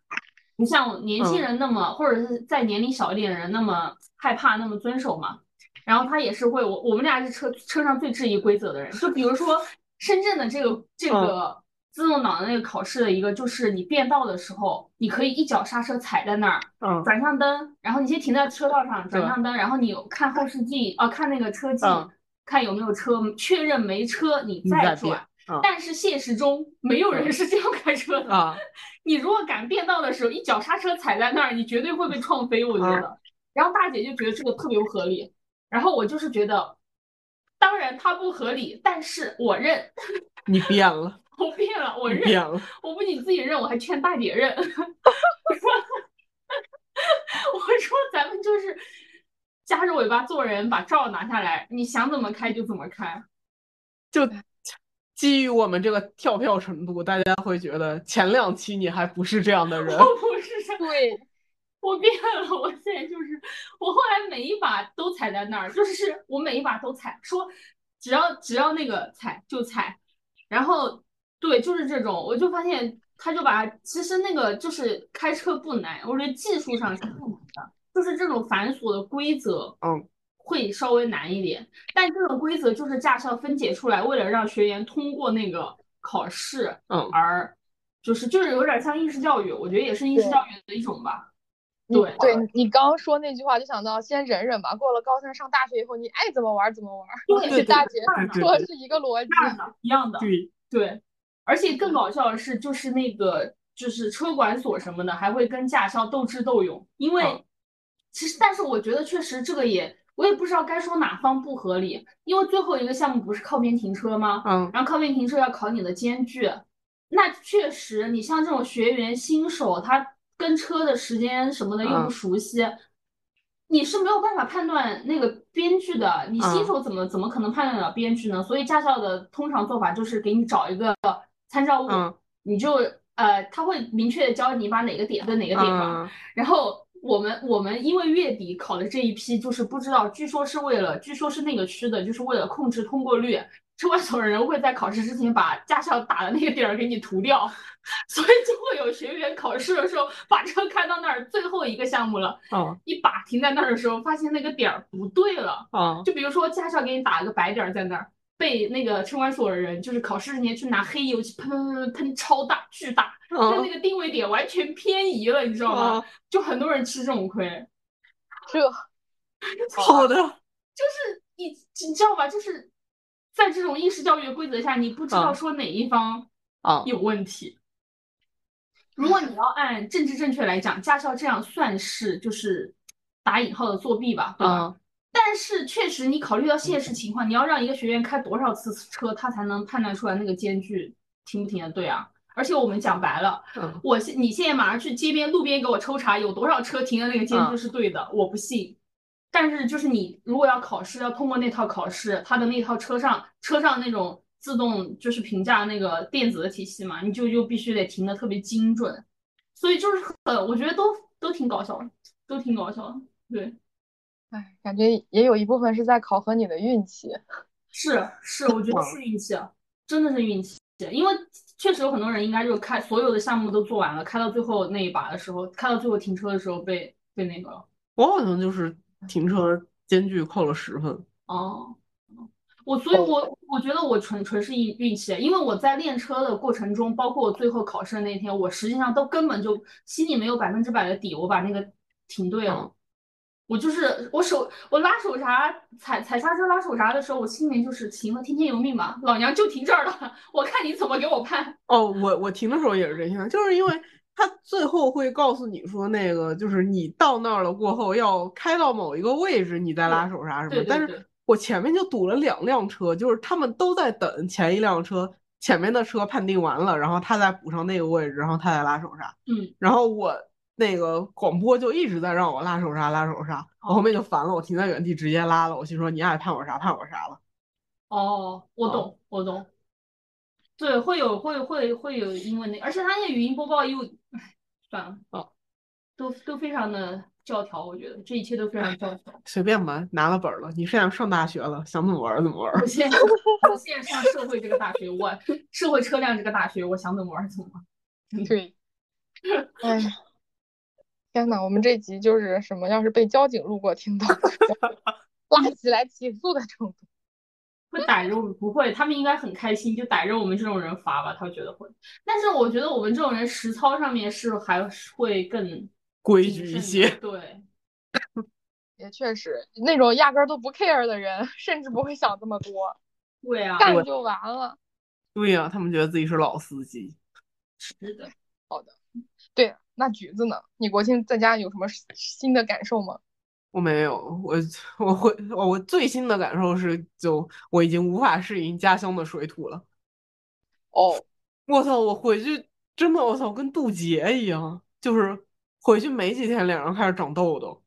Speaker 3: 不像年
Speaker 1: 嗯
Speaker 3: 轻人那么，或者是在年龄小一点的人那么害怕，那么遵守嘛。然后他也是会，我我们俩是车车上最质疑规则的人。就比如说深圳的这个
Speaker 1: 嗯
Speaker 3: 这个自动挡的那个考试的一个，就是你变道的时候，你可以一脚刹车踩在那儿，
Speaker 1: 嗯
Speaker 3: 转向灯，然后你先停在车道上，转
Speaker 1: 对
Speaker 3: 向灯，然后你看后视镜，哦、看那个车镜，
Speaker 1: 嗯
Speaker 3: 看有没有车，确认没车你
Speaker 1: 你再
Speaker 3: 再
Speaker 1: 变
Speaker 3: 转。
Speaker 1: 嗯
Speaker 3: 但是现实中没有人
Speaker 1: 嗯
Speaker 3: 是这样开车的。
Speaker 1: 啊，
Speaker 3: 你如果敢变道的时候一脚刹车踩在那儿，你绝对会
Speaker 1: 嗯
Speaker 3: 被撞飞，我觉
Speaker 1: 啊
Speaker 3: 得。然后大姐就觉得这个特别不合理，然后我就是觉得，当然它不合理，但是我认，
Speaker 1: 你变了，
Speaker 3: 我变了，我
Speaker 1: 你
Speaker 3: 认
Speaker 1: 变，了，
Speaker 3: 我不仅自己认，我还劝大姐认。我 说咱们就是夹着尾巴做人，把照拿下来，你想怎么开就怎么开。
Speaker 1: 就基于我们这个跳票程度，大家会觉得前两期你还不是这样的人
Speaker 3: 我，不是这
Speaker 2: 对，
Speaker 3: 我变了，我现在就是，我后来每一把都踩在那儿，就是我每一把都踩，说只要只要那个踩就踩，然后对，就是这种，我就发现他就把其实那个就是开车不难，我觉得技术上是不难的，就是这种繁琐的规则，
Speaker 1: 嗯，
Speaker 3: 会稍微难一点，但这种规则就是驾校分解出来，为了让学员通过那个考试
Speaker 1: 嗯，
Speaker 3: 而。就是就是有点像应试教育，我觉得也是应试
Speaker 2: 对
Speaker 3: 教育的一种吧。
Speaker 2: 你
Speaker 3: 对
Speaker 2: 对你刚刚说那句话，就想到先忍忍吧。过了高三上大学以后，你爱怎么玩儿怎么玩儿。
Speaker 3: 对
Speaker 2: 这
Speaker 1: 对
Speaker 2: 大
Speaker 1: 对
Speaker 2: 姐
Speaker 1: 对对
Speaker 2: 说
Speaker 1: 对
Speaker 2: 的是一个逻辑。
Speaker 3: 一样的，一样的，
Speaker 1: 对，
Speaker 3: 对。而且更搞笑的是，就是那个就是车管所什么的，还会跟驾校斗智斗勇，因为
Speaker 1: 嗯
Speaker 3: 其实，但是我觉得确实这个也，我也不知道该说哪方不合理，因为最后一个项目不是靠边停车吗？
Speaker 1: 嗯
Speaker 3: 然后靠边停车要考你的间距，那确实，你像这种学员新手，他跟车的时间什么的又不
Speaker 1: 嗯
Speaker 3: 熟悉，你是没有办法判断那个边距的。你新
Speaker 1: 嗯
Speaker 3: 手怎么怎么可能判断了边距呢？所以驾校的通常做法就是给你找一个参照物，
Speaker 1: 嗯
Speaker 3: 你就呃，他会明确的教你把哪个点跟哪个点放。
Speaker 1: 嗯
Speaker 3: 然后我们我们因为月底考的这一批，就是不知道，据说是为了，据说是那个区的，就是为了控制通过率，车管所的人会在考试之前把驾校打的那个点儿给你涂掉， 所以就会有学员考试的时候把车开到那儿最后一个项目了，
Speaker 1: 嗯
Speaker 3: 一把停在那儿的时候，发现那个点儿不对了。
Speaker 1: 嗯，
Speaker 3: 就比如说驾校给你打了个白点儿在那儿，被那个车管所的人就是考试之前去拿黑油漆喷喷喷喷超大巨大，
Speaker 1: 哦
Speaker 3: 但那个定位点完全偏移了，你知道吗
Speaker 1: 嗯？
Speaker 3: 就很多人吃这种亏。
Speaker 2: 这
Speaker 1: 好的，
Speaker 3: 就是你你知道吧？就是在这种应试教育的规则下，你不知道
Speaker 1: 嗯
Speaker 3: 说哪一方
Speaker 1: 啊，
Speaker 3: 有问题。如果你要按政治正确来讲，驾校这样算是就是打引号的作弊吧，对吧？
Speaker 1: 嗯
Speaker 3: 但是确实，你考虑到现实情况，你要让一个学员开多少次车，他才能判断出来那个间距停不停的对啊？而且我们讲白了，
Speaker 1: 嗯，
Speaker 3: 我现你现在马上去街边路边给我抽查有多少车停的那个间距
Speaker 1: 嗯
Speaker 3: 是对的，我不信。但是就是你如果要考试，要通过那套考试，它的那套车上车上那种自动就是评价那个电子的体系嘛，你就就必须得停的特别精准。所以就是很，我觉得都都挺搞笑的，都挺搞笑的。对，
Speaker 2: 哎，感觉也有一部分是在考核你的运气。
Speaker 3: 是是，我觉得是运气，啊真的是运气，因为确实有很多人应该就是开所有的项目都做完了，开到最后那一把的时候，开到最后停车的时候被被那个了。
Speaker 1: 我好像就是停车间距扣了十分，
Speaker 3: 哦，我所以
Speaker 2: 哦
Speaker 3: 我，我觉得我纯纯是运运气，因为我在练车的过程中，包括我最后考试的那天，我实际上都根本就心里没有百分之百的底，我把那个停对了。我就是我手我拉手刹踩踩刹车拉手刹的时候，我心里面就是行了，听天由命吧，老娘就停这儿了， 我看你怎么给我判。
Speaker 1: 哦，我我停的时候也是这样，就是因为他最后会告诉你说，那个就是你到那儿了过后要开到某一个位置，你再拉手刹什么。
Speaker 3: 对对
Speaker 1: 但
Speaker 3: 对
Speaker 1: 是我前面就堵了两辆车，就是他们都在等前一辆车前面的车判定完了，然后他再补上那个位置，然后他再拉手刹。
Speaker 3: 嗯，
Speaker 1: 然后我那个广播就一直在让我拉手刹拉手刹，我后面就烦了，我停在原地直接拉了，我心说你爱判我啥判我啥了。
Speaker 3: 哦，我
Speaker 1: 哦
Speaker 3: 懂，我懂。对，会有会会会有英文的，而且他那个语音播报又，唉，算了，
Speaker 1: 哦
Speaker 3: 都都非常的教条，我觉得这一切都非常教条。
Speaker 1: 随便吧，拿了本儿了。你现在上大学了，想怎么玩儿怎么玩儿
Speaker 3: 我。现在我现在上社会这个大学，我社会车辆这个大学，我想怎么玩儿怎么玩儿。
Speaker 2: 对，哎呀，天呐，我们这集就是什么？要是被交警路过听到， 拉起来起诉的程度。
Speaker 3: 会逮着我们？不会，他们应该很开心，就逮着我们这种人罚吧，他觉得会。但是我觉得我们这种人实操上面是还是会更
Speaker 1: 规
Speaker 3: 谨
Speaker 1: 矩一
Speaker 3: 慎的
Speaker 1: 些。
Speaker 3: 对，
Speaker 2: 也确实，那种压根儿都不 care 的人， 甚至不会想这么多，
Speaker 3: 对啊，
Speaker 2: 干
Speaker 1: 我
Speaker 2: 就完了。
Speaker 1: 对呀、他们觉得自己是老司机。
Speaker 3: 是的。
Speaker 2: 对，那橘子呢？你国庆在家有什么新的感受吗？
Speaker 1: 我没有，我我会我最新的感受是，就我已经无法适应家乡的水土了。
Speaker 2: 哦，
Speaker 1: 我操！我回去真的，我操，跟渡劫一样，就是回去没几天，脸上开始长痘痘，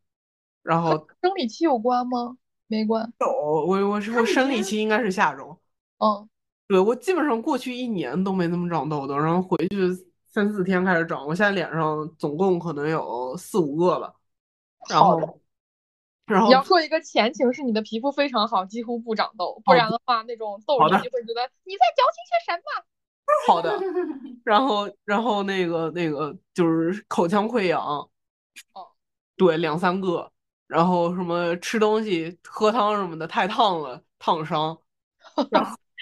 Speaker 1: 然后
Speaker 2: 生理期有关吗？没关。
Speaker 1: 痘，我我是我
Speaker 3: 那你
Speaker 1: 生理
Speaker 3: 这
Speaker 1: 期应该是下周。
Speaker 2: 嗯，
Speaker 1: 对，我基本上过去一年都没怎么长痘痘，然后回去三四天开始长，我现在脸上总共可能有四五个吧，然
Speaker 2: 好的
Speaker 1: 后，然后
Speaker 2: 你要说一个前情是你的皮肤非常好，几乎不长痘，不
Speaker 1: 好
Speaker 2: 哦然的话，那种痘
Speaker 1: 好
Speaker 2: 人
Speaker 1: 的
Speaker 2: 就会觉得你在矫情些什么。
Speaker 1: 好的，然后然后那个那个就是口腔溃疡，
Speaker 2: 哦，
Speaker 1: 对，两三个，然后什么吃东西喝汤什么的太烫了，烫伤。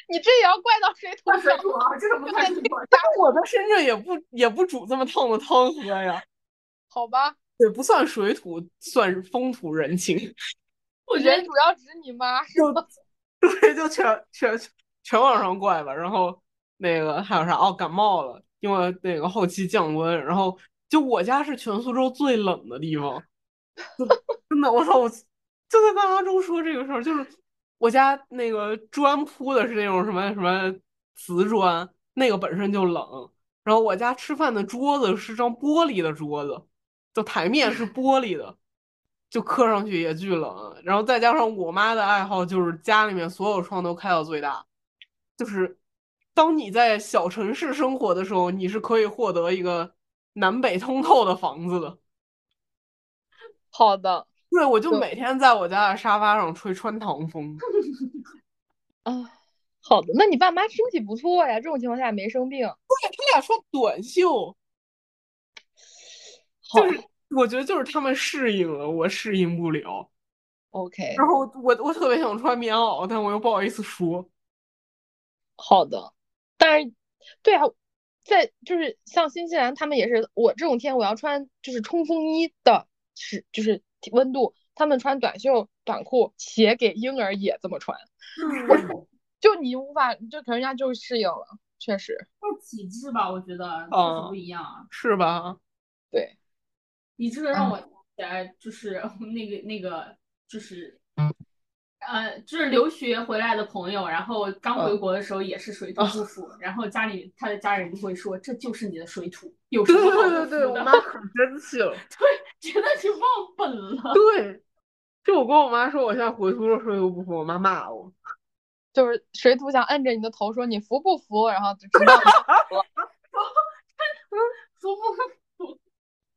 Speaker 2: 你这也要怪到水土
Speaker 3: 怪
Speaker 2: 上
Speaker 3: 水？土啊，这种不怪水土啊，
Speaker 1: 但是我在深圳也不也不煮这么烫的汤喝呀，
Speaker 2: 好吧，
Speaker 1: 对，不算水土，算是风土人情。
Speaker 3: 我觉
Speaker 2: 人
Speaker 3: 得
Speaker 2: 主要指你妈是吧？
Speaker 1: 对，就全全全往上怪吧。然后那个还有啥？哦，感冒了，因为那个后期降温。然后就我家是全苏州最冷的地方，就真的，我操！我就在跟阿周说这个事儿，就是我家那个砖铺的是那种什么什么瓷砖，那个本身就冷。然后我家吃饭的桌子是张玻璃的桌子，就台面是玻璃的，就磕上去也巨冷。然后再加上我妈的爱好就是家里面所有窗都开到最大，就是当你在小城市生活的时候，你是可以获得一个南北通透的房子的。
Speaker 2: 好的，
Speaker 1: 对，我就
Speaker 2: 对
Speaker 1: 每天在我家的沙发上吹穿堂风。
Speaker 2: 啊，好的。那你爸妈身体不错呀，这种情况下也没生病。
Speaker 1: 他俩穿短袖，
Speaker 2: 好
Speaker 1: 就是我觉得就是他们适应了，我适应不了。
Speaker 2: ，OK，
Speaker 1: 然后我我特别想穿棉袄，但我又不好意思说。
Speaker 2: 好的。但是，对啊，在就是像新西兰，他们也是我这种天我要穿就是冲锋衣的，是就是温度，他们穿短袖短裤，且给婴儿也这么穿，
Speaker 1: 嗯
Speaker 2: 就你无法，就可能人家就适应了，确实
Speaker 3: 看体质吧，我觉得确实
Speaker 1: 嗯
Speaker 3: 不一样啊。
Speaker 1: 是吧？
Speaker 2: 对。
Speaker 3: 你这
Speaker 1: 嗯
Speaker 3: 个让我想起来，就是那个那个，就是，呃，就是留学回来的朋友，然后刚回
Speaker 1: 嗯哦
Speaker 3: 国的时候也是水土不服，然后家里他的家人就会说这就是你的水土，有什
Speaker 1: 对
Speaker 3: 么
Speaker 1: 对
Speaker 3: 好
Speaker 1: 对对对，
Speaker 3: 不
Speaker 1: 我
Speaker 3: 服
Speaker 1: 妈
Speaker 3: 的？
Speaker 1: 可真性。
Speaker 3: 觉得你忘本 了。
Speaker 1: 对，就我跟我妈说，我现在回苏州水土不服，我妈骂我。
Speaker 2: 就是水土想摁着你的头说你服不服，然后就直到你
Speaker 3: 说不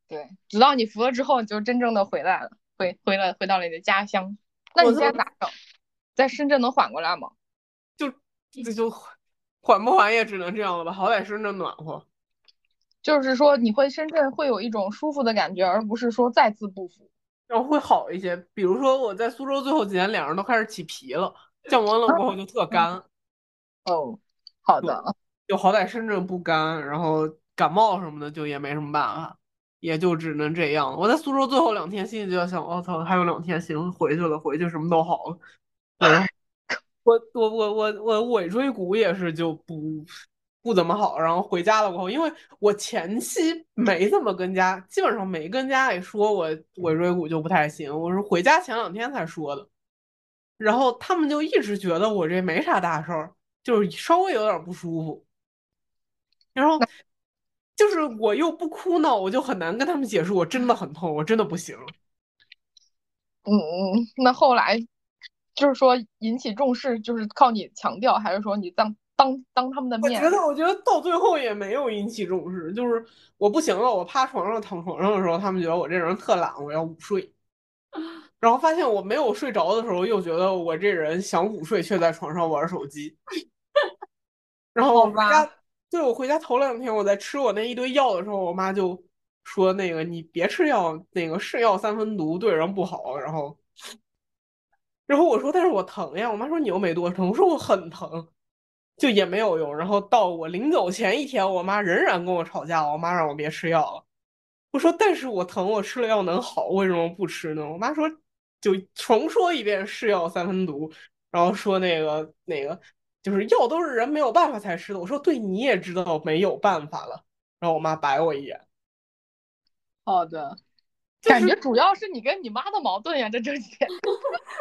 Speaker 2: 对，直到你服了之后，你就真正的回来了，回回了回到了你的家乡。那你
Speaker 1: 我
Speaker 2: 现
Speaker 1: 就
Speaker 2: 在咋整？在深圳能缓过来吗？
Speaker 1: 这就缓不缓也只能这样了吧？好歹深圳暖和。
Speaker 2: 就是说你会深圳会有一种舒服的感觉，而不是说再次不服。
Speaker 1: 然后会好一些，比如说我在苏州最后几年脸上都开始起皮了，降温了过后就特
Speaker 2: 嗯
Speaker 1: 干，
Speaker 2: 哦，好
Speaker 1: 对
Speaker 2: 的，
Speaker 1: 就好歹深圳不干，然后感冒什么的就也没什么办法，也就只能这样了。我在苏州最后两天，心里就在想，我、哦、操，还有两天，行，回去了，回去什么都好了。对，我我我我我尾椎骨也是就不不怎么好，然后回家了过后，因为我前期没怎么跟家，基本上没跟家里说我尾椎骨就不太行，我是回家前两天才说的，然后他们就一直觉得我这没啥大事儿，就是稍微有点不舒服，然后。就是我又不哭闹，我就很难跟他们解释，我真的很痛，我真的不行。
Speaker 2: 嗯嗯，那后来就是说引起重视，就是靠你强调，还是说你当当当他们的面？
Speaker 1: 我觉得，我觉得到最后也没有引起重视，就是我不行了，我趴床上躺床上的时候，他们觉得我这人特懒，我要午睡。然后发现我没有睡着的时候，又觉得我这人想午睡却在床上玩手机。 然后我家。对，我回家头两天，我在吃我那一堆药的时候，我妈就说：“那个你别吃药，那个是药三分毒，对人不好。”然后，然后我说：“但是我疼呀。”我妈说：“你又没多疼。”我说：“我很疼，就也没有用。”然后到我临走前一天，我妈仍然跟我吵架，我妈让我别吃药了。我说：“但是我疼，我吃了药能好，为什么不吃呢？”我妈说：“就重说一遍，是药三分毒。”然后说那个那个。就是药都是人没有办法才吃的。我说对，你也知道没有办法了。然后我妈白我一眼。
Speaker 2: 好的，
Speaker 1: 就是、
Speaker 2: 感觉主要是你跟你妈的矛盾呀，这这些。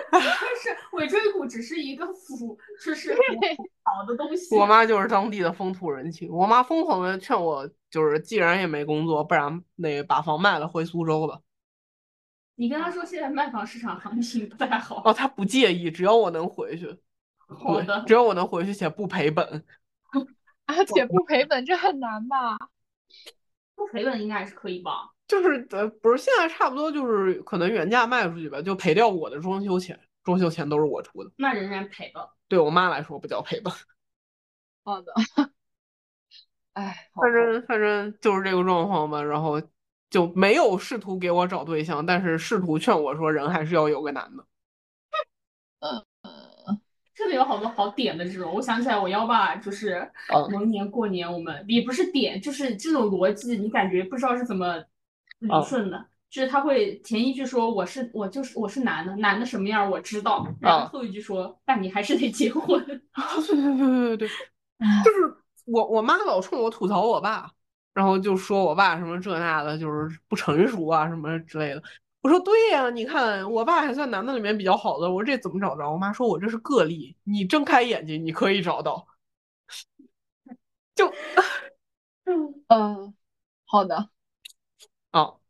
Speaker 3: 但是尾椎骨只是一个辅，就是好的东西。
Speaker 1: 我妈就是当地的风土人情。我妈疯狂的劝我，就是既然也没工作，不然那把房卖了回苏州吧。
Speaker 3: 你跟她说现在卖房市场行情不太好。
Speaker 1: 哦，她不介意，只要我能回去。
Speaker 3: 好的，
Speaker 1: 只要我能回去且不赔本，
Speaker 2: 而且不赔本这很难吧？
Speaker 3: 不赔本应该还是可以吧？
Speaker 1: 就是呃，不是现在差不多就是可能原价卖出去吧，就赔掉我的装修钱，装修钱都是我出的。
Speaker 3: 那仍然赔了。
Speaker 1: 对我妈来说不叫赔本。
Speaker 2: 好的。哎，
Speaker 1: 反 正反正就是这个状况吧，然后就没有试图给我找对象，但是试图劝我说人还是要有个男的。
Speaker 2: 嗯。
Speaker 3: 真的有好多好点的这种，我想起来我幺爸就是某年过年，我们、
Speaker 1: 嗯、
Speaker 3: 也不是点，就是这种逻辑，你感觉不知道是怎么捋顺的。嗯、就是他会前一句说我是我就是我是男的，男的什么样我知道，然后后一句说、嗯、但你还是得结 婚。
Speaker 1: 对对对对对，就是我我妈老冲我吐槽我爸，然后就说我爸什么这那的，就是不成熟啊什么之类的。我说对呀、啊，你看我爸还算男的里面比较好的，我说这怎么找着？我妈说我这是个例，你睁开眼睛你可以找到。就，
Speaker 2: 嗯嗯，好的，
Speaker 1: 哦，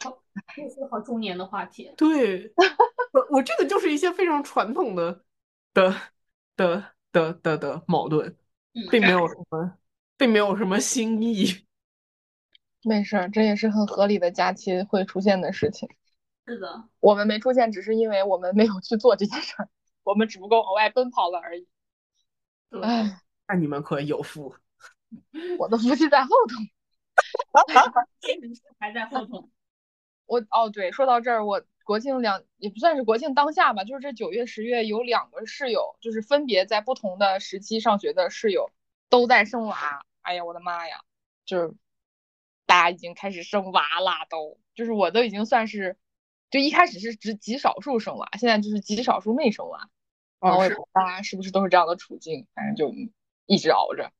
Speaker 3: 好，这是好中年的话题。
Speaker 1: 对，我我这个就是一些非常传统的的的的的的矛盾，
Speaker 3: 嗯
Speaker 1: 并没有什么，并没有什么新意。
Speaker 2: 没事儿，这也是很合理的假期会出现的事情。
Speaker 3: 是的，
Speaker 2: 我们没出现，只是因为我们没有去做这件事儿，我们只不过往外奔跑了而已。
Speaker 3: 对，
Speaker 1: 那你们可有福，
Speaker 2: 我的福气在后
Speaker 3: 头，还在后头。
Speaker 2: 我哦，对，说到这儿，我国庆两也不算是国庆当下吧，就是这九月、十月有两个室友，就是分别在不同的时期上学的室友都在生娃。哎呀，我的妈呀，就是。大家已经开始生娃啦，都就是我都已经算是，就一开始是只极少数生娃，现在就是极少数没生娃。然后大家哦啊是不是都是这样的处境？反正就一直熬着，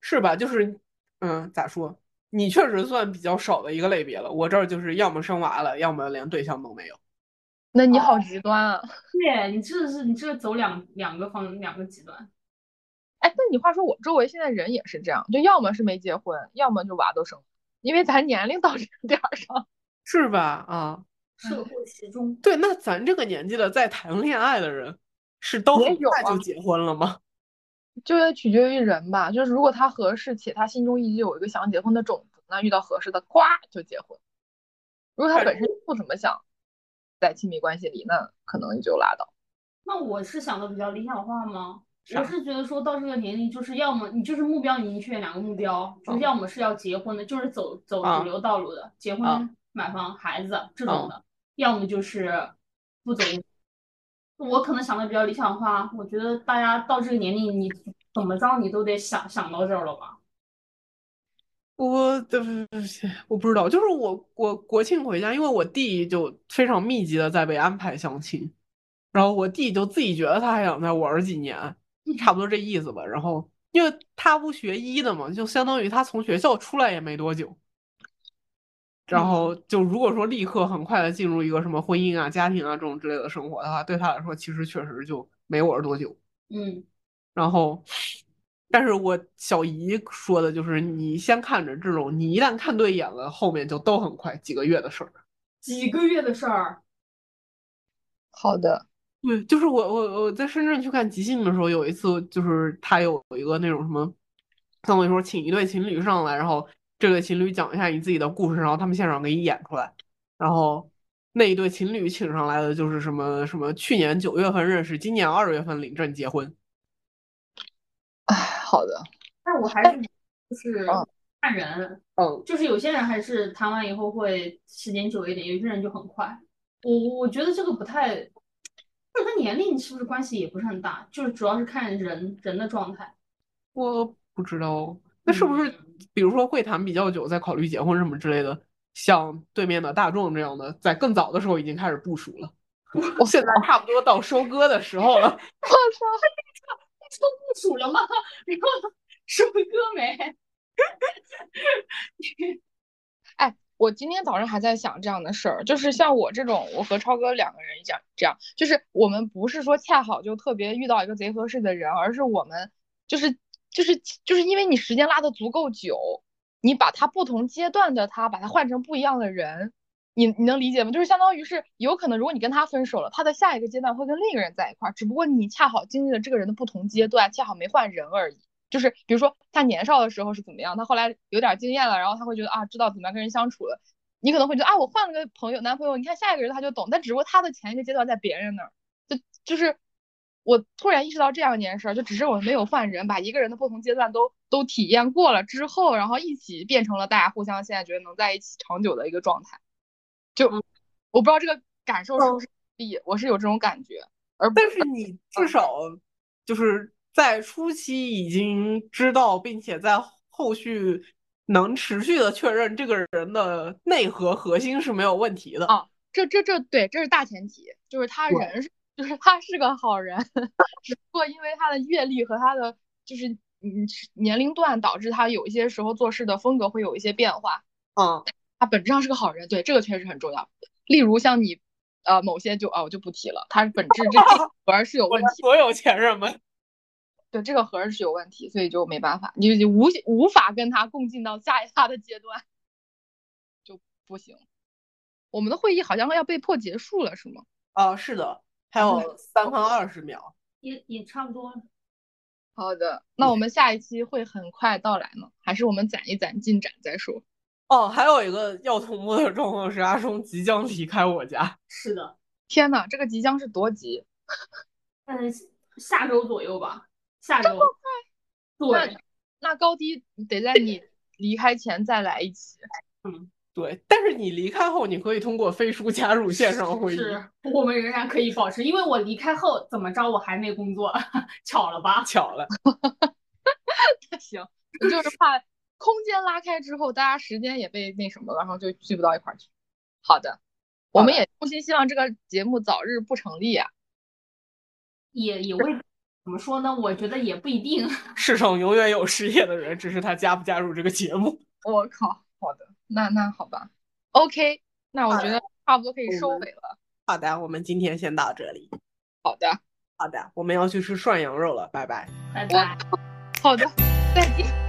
Speaker 1: 是吧？就是嗯，咋说？你确实算比较少的一个类别了。我这儿就是要么生娃了，要么连对象都没有。
Speaker 2: 那你好极端啊！
Speaker 3: 对你这是你这走两两个方两个极端。
Speaker 2: 哎，那你话说，我周围现在人也是这样，就要么是没结婚，要么就娃都生了，因为咱年龄到这个点儿上，
Speaker 1: 是吧？啊，
Speaker 3: 社会时钟。
Speaker 1: 对，那咱这个年纪的在谈恋爱的人，是都很快就结婚了吗？
Speaker 2: 啊、就取决于人吧，就是如果他合适且他心中一直有一个想结婚的种子，那遇到合适的，咵就结婚；如果他本身不怎么想在亲密关系里，那可能就拉倒。
Speaker 3: 那我是想的比较理想化吗？我是觉得说到这个年龄，就是要么你就是目标明确，两个目标，就是要么是要结婚的，就是走走主流道路的，结婚、买房、孩子这种的；要么就是不走。我可能想的比较理想化，我觉得大家到这个年龄，你怎么着你都得想想到这儿了吧？
Speaker 1: 我对不起，我不知道，就是我我国庆回家，因为我弟就非常密集的在被安排相亲，然后我弟就自己觉得他还想再玩几年，差不多这意思吧。然后因为他不学医的嘛，就相当于他从学校出来也没多久，然后就如果说立刻很快的进入一个什么婚姻啊、家庭啊这种之类的生活的话，对他来说其实确实就没玩多久。
Speaker 3: 嗯，
Speaker 1: 然后，但是我小姨说的就是，你先看着这种，你一旦看对眼了，后面就都很快，几个月的事儿。
Speaker 3: 几个月的事儿，
Speaker 2: 好的，
Speaker 1: 对，就是我我我在深圳去看即兴的时候，有一次就是他有一个那种什么，相当于说请一对情侣上来，然后这对情侣讲一下你自己的故事，然后他们现场给你演出来，然后。那一对情侣请上来的就是什么什么，去年九月份认识，今年二月份领证结婚。
Speaker 2: 哎，好的，
Speaker 3: 但我还是就是
Speaker 2: 嗯
Speaker 3: 看人，
Speaker 1: 嗯，
Speaker 3: 就是有些人还是谈完以后会时间久一点，有些人就很快。我我我觉得这个不太，就跟年龄是不是关系也不是很大，就是主要是看人人的状态。
Speaker 1: 我不知道，那是不是
Speaker 3: 嗯
Speaker 1: 比如说会谈比较久，再考虑结婚什么之类的，像对面的大众这样的，在更早的时候已经开始部署了。
Speaker 2: 我
Speaker 1: 现在差不多到收割的时候了。
Speaker 2: 我操，
Speaker 3: 都部署了吗？ 然后收割没？
Speaker 2: 我今天早上还在想这样的事儿，就是像我这种，我和超哥两个人这样这样，就是我们不是说恰好就特别遇到一个贼合适的人，而是我们就是就是就是因为你时间拉的足够久，你把他不同阶段的他，把他换成不一样的人，你你能理解吗？就是相当于是有可能，如果你跟他分手了，他的下一个阶段会跟另一个人在一块儿，只不过你恰好经历了这个人的不同阶段，恰好没换人而已。就是比如说他年少的时候是怎么样，他后来有点经验了，然后他会觉得啊，知道怎么样跟人相处了。你可能会觉得啊，我换了个朋友，男朋友，你看下一个人他就懂，但只不过他的前一个阶段在别人那儿，就就是我突然意识到这样一件事儿，就只是我没有换人，把一个人的不同阶段都都体验过了之后，然后一起变成了大家互相现在觉得能在一起长久的一个状态。就我不知道这个感受是不是力，我是有这种感觉，而不
Speaker 1: 但是你至少就是在初期已经知道，并且在后续能持续的确认这个人的内核核心是没有问题的。
Speaker 2: 啊这这这对，这是大前提，就是他
Speaker 1: 对
Speaker 2: 人是，就是他是个好人， 只不过因为他的阅历和他的就是嗯年龄段，导致他有一些时候做事的风格会有一些变化。
Speaker 1: 嗯，
Speaker 2: 他本质上是个好人，对，这个确实很重要。例如像你，呃，某些就啊，我就不提了，他本质这这个核儿是有
Speaker 1: 我
Speaker 2: 问
Speaker 1: 的
Speaker 2: 题，
Speaker 1: 所有前任们。
Speaker 2: 对，这个核儿是有问题，所以就没办法，你就无无法跟他共进到下一他的阶段，就不行。我们的会议好像要被迫结束了，是吗？
Speaker 1: 啊，是的，还
Speaker 2: 嗯
Speaker 1: 有三分二十秒。
Speaker 3: 也也差不多。
Speaker 2: 好的，那我们下一期会很快到来呢，还是我们攒一攒进展再说？
Speaker 1: 哦，还有一个要同步的状况是阿松即将离开我家。
Speaker 3: 是的，
Speaker 2: 天呐，这个即将是多急！
Speaker 3: 嗯，下周左右吧，下周。对，
Speaker 2: 那高低得在你离开前再来一期。
Speaker 1: 对，但是你离开后，你可以通过飞书加入线上会议。
Speaker 3: 是我们仍然可以保持，因为我离开后怎么着我还没工作， 巧了吧？
Speaker 1: 巧了，
Speaker 2: 行，我就是怕空间拉开之后，大家时间也被那什么了，然后就聚不到一块儿去。好的，我们也衷心希望这个节目早日不成立啊！
Speaker 3: 也也未怎么说呢？我觉得也不一定。
Speaker 1: 世上永远有失业的人，只是他加不加入这个节目。
Speaker 2: 我靠，好的，那那好吧，OK，那我觉得差不多可以收
Speaker 1: 我们
Speaker 2: 尾了。
Speaker 1: 好的，我们今天先到这里。
Speaker 2: 好的，
Speaker 1: 好的，我们要去吃涮羊肉了，拜拜。
Speaker 3: 拜拜。
Speaker 2: 好的，再见。